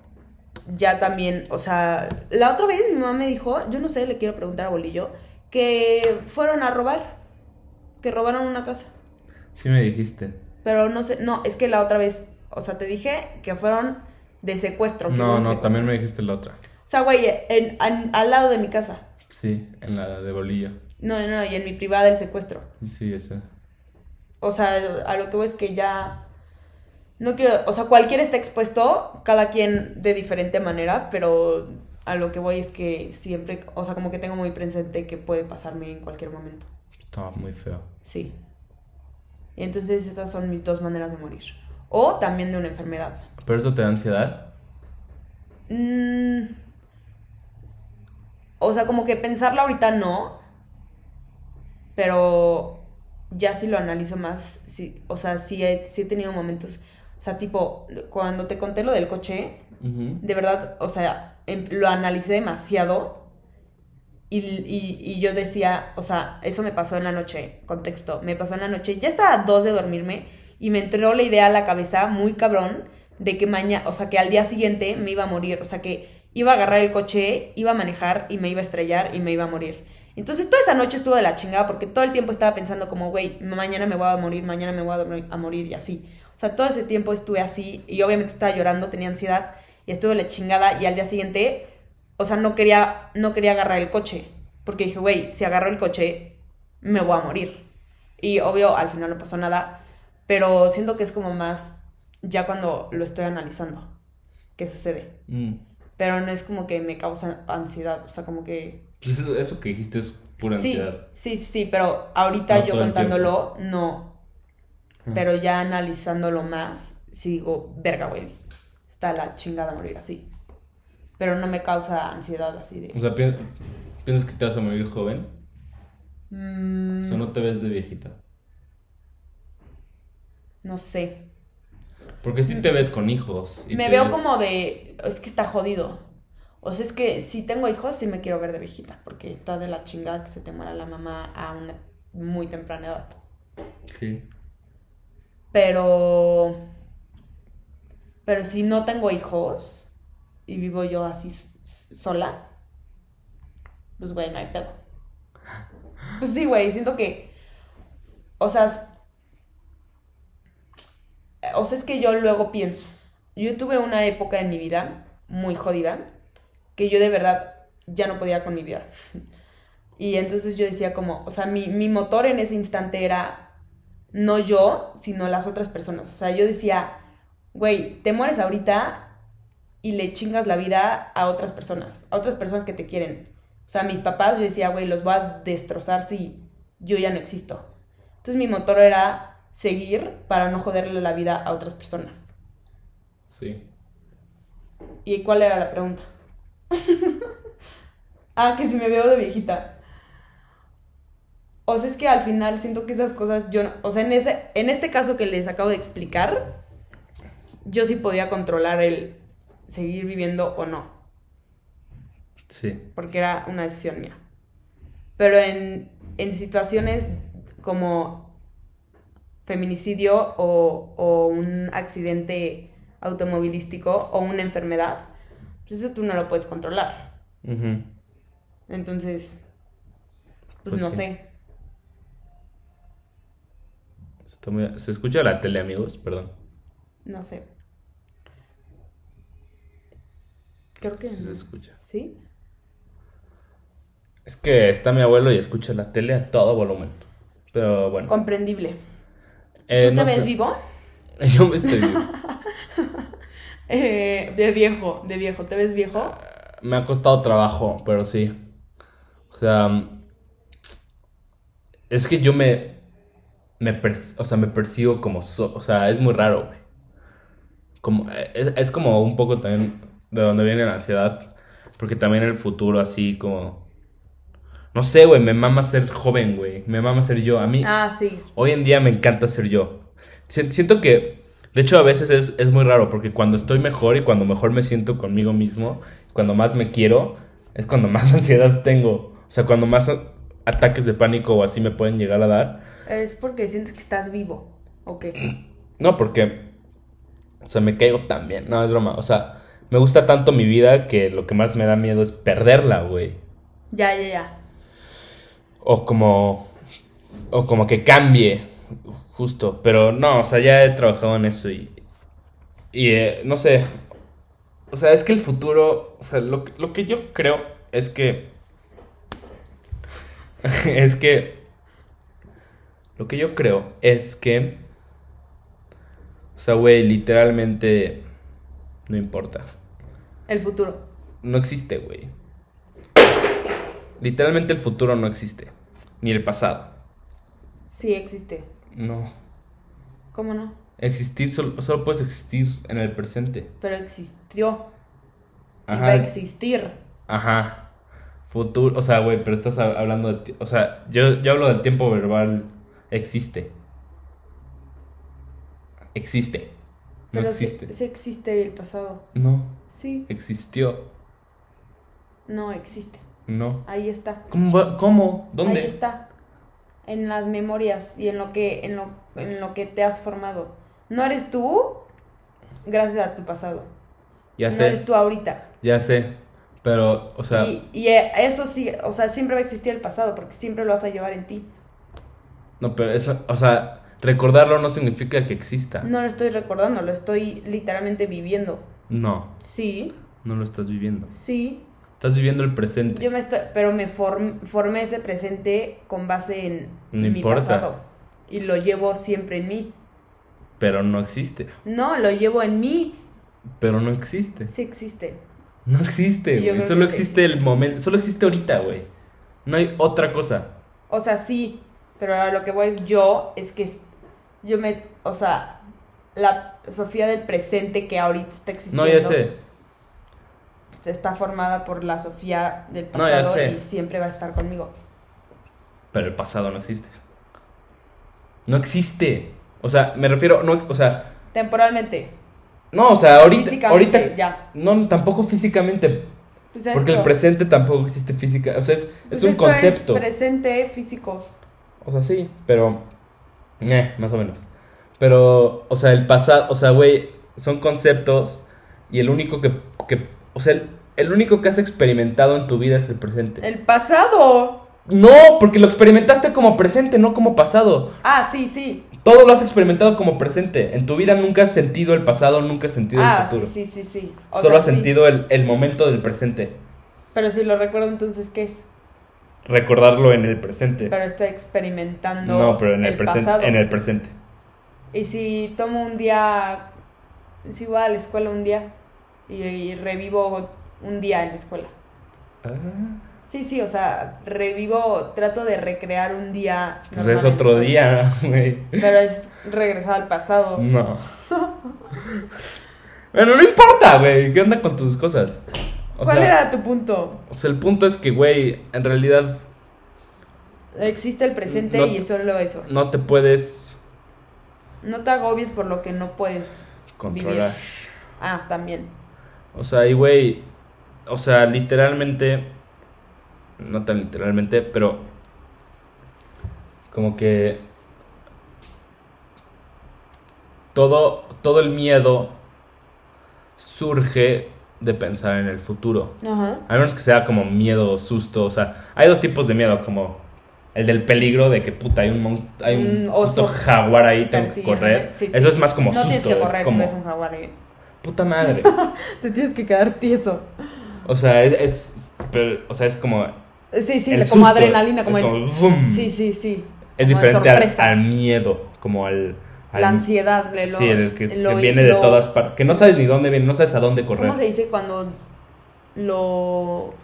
ya también, o sea, la otra vez mi mamá me dijo, yo no sé, le quiero preguntar a Bolillo, que fueron a robar, que robaron una casa.
sí me dijiste.
Pero no sé, no, es que la otra vez, o sea, te dije que fueron de secuestro. que hubo
No,
un
no,
secuestro.
también me dijiste la otra.
O sea, güey, en- en- al lado de mi casa.
Sí, en la de bolilla.
No, no, no, y en mi privada el secuestro.
Sí, esa.
O sea, a lo que voy es que ya... No quiero, o sea, cualquiera está expuesto, cada quien de diferente manera, pero a lo que voy es que siempre, o sea, como que tengo muy presente que puede pasarme en cualquier momento.
Estaba muy feo.
Sí. Y entonces esas son mis dos maneras de morir. O también de una enfermedad.
¿Pero eso te da ansiedad?
Mm. O sea, como que pensarlo ahorita no. Pero ya si lo analizo más, sí, o sea, sí he, sí he tenido momentos. O sea, tipo, cuando te conté lo del coche, de verdad, o sea, em- lo analicé demasiado. Y, y- y yo decía, o sea, eso me pasó en la noche, contexto, me pasó en la noche, ya estaba a dos de dormirme y me entró la idea a la cabeza muy cabrón de que mañana, o sea, que al día siguiente me iba a morir, o sea, que iba a agarrar el coche, iba a manejar y me iba a estrellar y me iba a morir. Entonces toda esa noche estuvo de la chingada porque todo el tiempo estaba pensando como, güey, mañana me voy a morir, mañana me voy a dor- a morir y así. O sea, todo ese tiempo estuve así y obviamente estaba llorando, tenía ansiedad y estuve de la chingada y al día siguiente, o sea, no quería, no quería agarrar el coche porque dije, güey, si agarro el coche, me voy a morir. Y obvio, al final no pasó nada, pero siento que es como más ya cuando lo estoy analizando, qué sucede.
Mm.
Pero no es como que me causa ansiedad, o sea, como que...
Pues eso, eso que dijiste es pura
Sí,
ansiedad.
sí, sí, sí, pero ahorita
No
yo
todo el
contándolo, no. Ah.
Ajá.
Pero ya analizándolo más, sí digo, verga, güey, está la chingada morir así. Pero no me causa ansiedad así de...
O sea, pi- ¿piensas que te vas a morir joven?
mm,
O sea, no te ves de viejita.
no sé.
Porque sí te ves con hijos. y
Me
te
veo
ves-
como de. Es que está jodido. O sea, es que si tengo hijos, sí me quiero ver de viejita. Porque está de la chingada que se te muera la mamá a una muy temprana edad.
Sí.
Pero. Pero si no tengo hijos y vivo yo así s- s- sola, pues güey, no hay pedo. Pues sí, güey, siento que. O sea. s- O sea, es que yo luego pienso. Yo tuve una época en mi vida muy jodida que yo de verdad ya no podía con mi vida. *laughs* Y entonces yo decía como, o sea, mi, mi motor en ese instante era no yo, sino las otras personas. O sea, yo decía, güey, te mueres ahorita y le chingas la vida a otras personas, a otras personas que te quieren. O sea, mis papás, yo decía, güey, los voy a destrozar si yo ya no existo. Entonces mi motor era seguir para no joderle la vida a otras personas.
Sí.
¿Y cuál era la pregunta? *laughs* ah, que si me veo de viejita. O sea, es que al final siento que esas cosas yo, no- o sea, en ese en este caso que les acabo de explicar, yo sí podía controlar el seguir viviendo o no,
Sí.
porque era una decisión mía. Pero en en situaciones como feminicidio o, o un accidente automovilístico o una enfermedad, pues eso tú no lo puedes controlar.
Ujú.
Entonces, pues,
Pues
no
sí.
sé.
Está muy- Se escucha la tele, amigos, perdón.
No sé. Creo que.
Sí se
no.
escucha.
¿Sí?
Es que está mi abuelo y escucha la tele a todo volumen. Pero bueno.
Comprendible.
Eh,
¿Tú
no
te ves
sé.
vivo?
*laughs*
*laughs*
Yo me estoy vivo.
Eh, de viejo, de viejo. ¿Te ves viejo?
Me ha costado trabajo, pero sí. O sea, es que yo me, me per- o sea, me percibo como, so- o sea, es muy raro, güey. Como, es, es como un poco también de donde viene la ansiedad, porque también el futuro así como, no sé, güey, me mama ser joven, güey, me mama ser yo. A mí,
Ah, sí.
Hoy en día me encanta ser yo. Si- Siento que, de hecho, a veces es, es muy raro, porque cuando estoy mejor y cuando mejor me siento conmigo mismo, cuando más me quiero, es cuando *laughs* más ansiedad tengo. O sea, cuando más a- ataques de pánico o así me pueden llegar a dar.
Es porque sientes que estás vivo. Ok.
No, porque, o sea, me caigo también. No, es broma. O sea, me gusta tanto mi vida que lo que más me da miedo es perderla, güey.
*clears throat* Ya, ya, ya.
O como. O como que cambie. Justo. Pero no, o sea, ya he trabajado en eso y. Y eh, no sé. O sea, es que el futuro. O sea, lo, que- lo que yo creo es que. *laughs* es que. Lo que yo creo es que. O sea, güey, literalmente. No importa.
El futuro.
No existe, güey. Literalmente el futuro no existe. Ni el pasado.
Sí existe.
No.
¿Cómo no?
Existir solo, solo puedes existir en el presente.
Pero existió. Y va a
Ajá.
existir.
Ajá. Futuro. O sea, güey, pero estás hab- hablando de. ti- O sea, yo, yo hablo del tiempo verbal. Existe. Existe. No
Pero sí-
existe.
Sí, existe el pasado.
No.
Sí.
Existió.
No existe.
No.
Ahí está.
¿Cómo? va- ¿Cómo? ¿Dónde?
Ahí está. En las memorias y en lo que, en lo, en lo que te has formado. No eres tú gracias a tu pasado.
Ya
no eres
sé.
tú ahorita.
Ya sé. Pero, o sea.
y, y, eh, eso sí, o sea, siempre va a existir el pasado porque siempre lo vas a llevar en ti.
No, pero eso, o sea, recordarlo no significa que exista.
No lo estoy recordando, lo estoy literalmente viviendo.
No,
Sí,
no lo estás viviendo.
sí.
Estás viviendo el presente.
Yo me estoy, pero me form- formé ese presente con base en
No
mi
importa.
pasado y lo llevo siempre en mí.
Pero no existe.
No, lo llevo en mí.
Pero no existe.
Sí existe.
No existe,
Yo
güey.
creo que
Solo
sí.
existe el momento. Solo existe ahorita, güey. No hay otra cosa.
O sea, sí, pero a lo que voy es yo, es que es- yo me, o sea, la Sofía del presente que ahorita está existiendo.
No, ya sé.
está formada por la Sofía del
No, ya
pasado
sé.
y siempre va a estar conmigo.
Pero el pasado no existe. No existe. O sea, me refiero, no, o sea,
Temporalmente.
no, o sea, ahorita,
físicamente,
ahorita,
ya.
no, tampoco físicamente,
Pues esto-
porque el presente tampoco existe física, o sea, es,
pues
es un
esto
concepto.
presente físico.
O sea, sí, pero. Eh, más o menos. Pero, o sea, el pasado. O sea, güey, son conceptos. Y el único que. que- o sea, el, el único que has experimentado en tu vida es el presente.
El pasado.
No, porque lo experimentaste como presente, no como pasado.
Ah, sí, sí.
Todo lo has experimentado como presente. En tu vida nunca has sentido el pasado, nunca has sentido
Ah,
el
sí,
futuro.
sí, sí, sí. O
Solo
sea,
has
sí.
sentido el, el momento del presente.
Pero si lo recuerdo, entonces, ¿qué es?
Recordarlo en el presente.
Pero estoy experimentando.
No, pero en el, presente.
pasado.
En el presente.
Y si tomo un día. Si voy a la escuela un día y, y revivo un día en la escuela.
Ah.
Sí, sí, o sea, revivo, trato de recrear un día.
Pues
normal
es
en la
otro
escuela.
día, *laughs* Mm, güey.
Pero es regresar al pasado.
No. bueno, no importa, güey. ¿Qué onda con tus cosas? O
¿Cuál
sea,
era tu punto?
O sea, el punto es que, güey, en realidad
Existe el presente
No-
y es solo eso.
no te puedes
No te agobies por lo que no puedes.
controlar.
Ah, también.
O sea, y, güey, o sea, literalmente, no tan literalmente, pero como que todo, todo el miedo surge de pensar en el futuro.
Ajá.
A menos que sea como miedo, susto, o sea, hay dos tipos de miedo, como el del peligro de que puta, hay un monstruo, hay un
Un Mm, oso
puto jaguar ahí, tengo que
Persiguiéndome.
correr.
Sí, sí.
Eso es más como
No tienes
susto,
que
es
correr si
como
ves un jaguar. eh. *laughs*
puta madre.
Te tienes que quedar tieso.
O sea, es, es- pero, o sea, es como
Sí, sí,
el
como
susto,
adrenalina, como,
es
el-
como ¡vum!
Sí, sí, sí.
Es
como de
diferente al,
sorpresa.
al miedo, como al, al
La ansiedad, le- lo-
sí, el que,
lo-
que viene de
lo-
todas partes, que no sabes ni dónde viene, no sabes a dónde correr.
¿Cómo se dice cuando lo.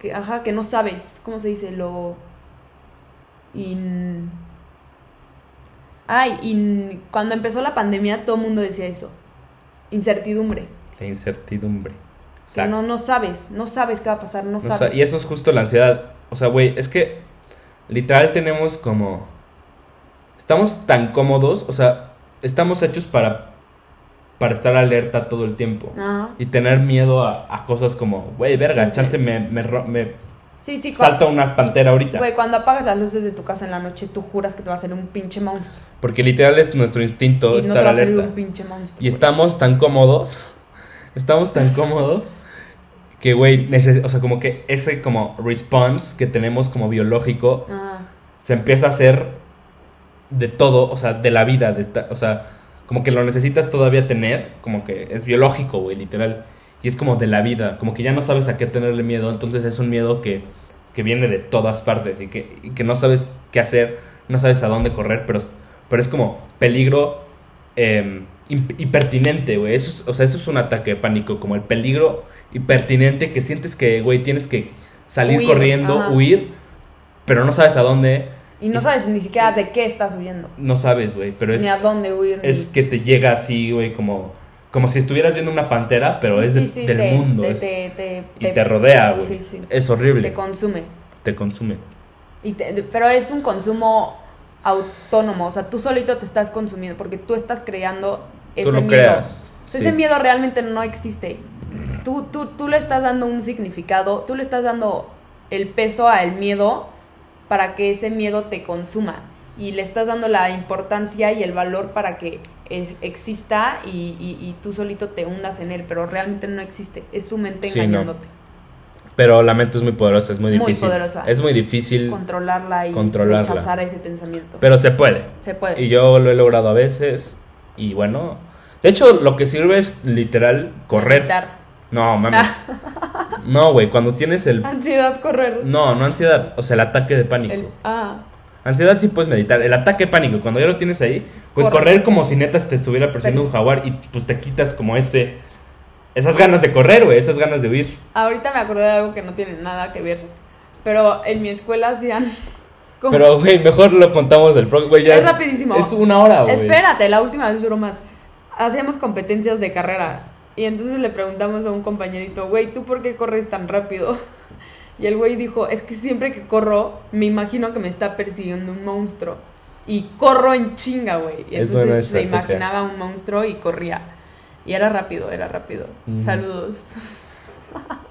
Que, ajá, que no sabes. ¿Cómo se dice? Lo. In. Ay, in... cuando empezó la pandemia, todo el mundo decía eso. Incertidumbre.
La incertidumbre.
Que
Exacto.
no, no sabes, no sabes qué va a pasar, no
O sea,
sabes.
y eso es justo la ansiedad. O sea, güey, es que literal tenemos como... Estamos tan cómodos, o sea, estamos hechos para, para estar alerta todo el tiempo.
Ajá.
Y tener miedo a, a cosas como, güey, verga,
Ah. Sí,
chance
güey.
me, me, ro- me
Sí, sí, cuando,
salta una pantera ahorita.
güey, cuando apagas las luces de tu casa en la noche, tú juras que te va a salir un pinche monstruo.
Porque literal es nuestro
y
instinto
no te
estar
va a salir
alerta.
un pinche monstruo.
Y estamos tan cómodos, *laughs* estamos tan cómodos que, güey, neces- o sea, como que ese como response que tenemos como biológico
Ajá.
se empieza a hacer de todo, o sea, de la vida, de esta, o sea, como que lo necesitas todavía tener, como que es biológico, güey, literal. Y es como de la vida, como que ya no sabes a qué tenerle miedo, entonces es un miedo que, que viene de todas partes y que, y que no sabes qué hacer, no sabes a dónde correr, pero, es- pero es como peligro eh, imp- impertinente, güey. Eso es- o sea, eso es un ataque de pánico, como el peligro impertinente que sientes que, güey, tienes que salir
Huir,
corriendo,
ajá.
huir, pero no sabes a dónde,
Y no
Y-
sabes ni siquiera de qué estás huyendo.
no sabes, güey, pero es,
ni a dónde huir. ni-
Pues, es que te llega así, güey, como, como si estuvieras viendo una pantera, pero
Sí,
es
sí,
de-
sí,
del
te-
mundo.
te-
es-
te- te-
y te rodea, güey.
Sí, sí.
Es horrible.
Te consume.
te consume.
Y te- pero es un consumo autónomo. O sea, tú solito te estás consumiendo porque tú estás creando ese
Tú lo
miedo.
creas.
Entonces,
sí.
Ese miedo realmente no existe. Tú, tú, tú le estás dando un significado, tú le estás dando el peso al miedo para que ese miedo te consuma. Y le estás dando la importancia y el valor para que es- exista y, y- y tú solito te hundas en él, pero realmente no existe. Es tu mente
Sí, no.
engañándote.
Pero la mente es muy poderosa, es muy
Muy
difícil.
poderosa.
Es muy difícil,
Controlarla y
Controlarla.
rechazar ese pensamiento.
pero se puede.
Se puede.
Y yo lo he logrado a veces. Y bueno. De hecho, lo que sirve es literal correr.
Evitar. *laughs*
No, mames. no, güey. Cuando tienes el.
Ansiedad, correr.
No, no ansiedad. O sea, el ataque de pánico.
El- ah,
Ansiedad sí puedes meditar. El ataque de pánico, cuando ya lo tienes ahí, güey,
Corre.
correr como si neta se te estuviera persiguiendo un jaguar y pues te quitas como ese. Esas ganas de correr, güey, esas ganas de huir.
Ahorita me acordé de algo que no tiene nada que ver. Pero en mi escuela hacían. como-
Pero, güey, mejor lo contamos del próximo. güey, ya-
Es rapidísimo.
Es una hora, güey.
Espérate, la última vez duró más. Hacíamos competencias de carrera. Y entonces le preguntamos a un compañerito, güey, ¿tú por qué corres tan rápido? *laughs* Y el güey dijo, es que siempre que corro, me imagino que me está persiguiendo un monstruo. Y corro en chinga, güey. Y
Es buena
entonces se
estrategia.
imaginaba un monstruo y corría. Y era rápido, era rápido.
Ujú.
Saludos. *laughs*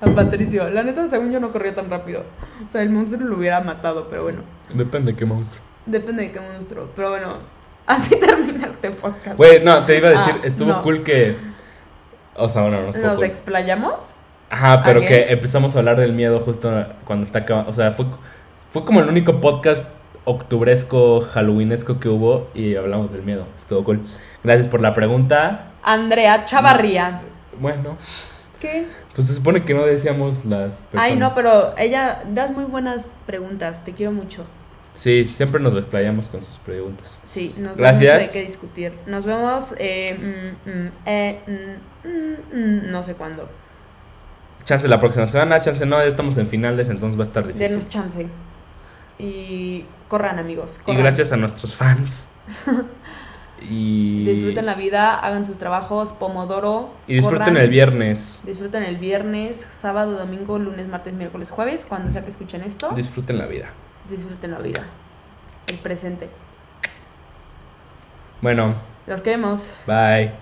A Patricio. La neta, según yo no corría tan rápido. O sea, el monstruo lo hubiera matado, pero bueno.
Depende de qué monstruo.
Depende de qué monstruo. Pero bueno, así *laughs* termina este podcast.
Güey, no, te iba a decir,
Ah,
estuvo
no.
cool que. O sea, bueno, no estuvo
¿Nos
cool.
explayamos?
Ajá, pero
Ah, Ok.
que empezamos a hablar del miedo justo cuando está acabando. O sea, fue, fue como el único podcast octubresco, halloweenesco que hubo y hablamos del miedo. Estuvo cool. Gracias por la pregunta.
Andrea Chavarría.
Bueno,
¿Qué?
pues se supone que no decíamos las personas.
Ay, no, pero ella das muy buenas preguntas. Te quiero mucho.
Sí, siempre nos desplayamos con sus preguntas.
Sí, nos
Gracias.
vemos. Hay que discutir. Nos vemos. eh, mm, mm, eh, mm, mm, mm, no sé cuándo.
Chance la próxima semana, chance no, ya estamos en finales, entonces va a estar difícil.
Denos chance. Y corran, amigos.
Y
corran.
gracias a
*laughs*
nuestros fans. y
Disfruten la vida, hagan sus trabajos, pomodoro.
Y disfruten
corran.
el viernes.
Disfruten el viernes, sábado, domingo, lunes, martes, miércoles, jueves, cuando sea que escuchen esto.
Disfruten la vida.
Disfruten la vida. El presente.
Bueno,
Los queremos.
bye.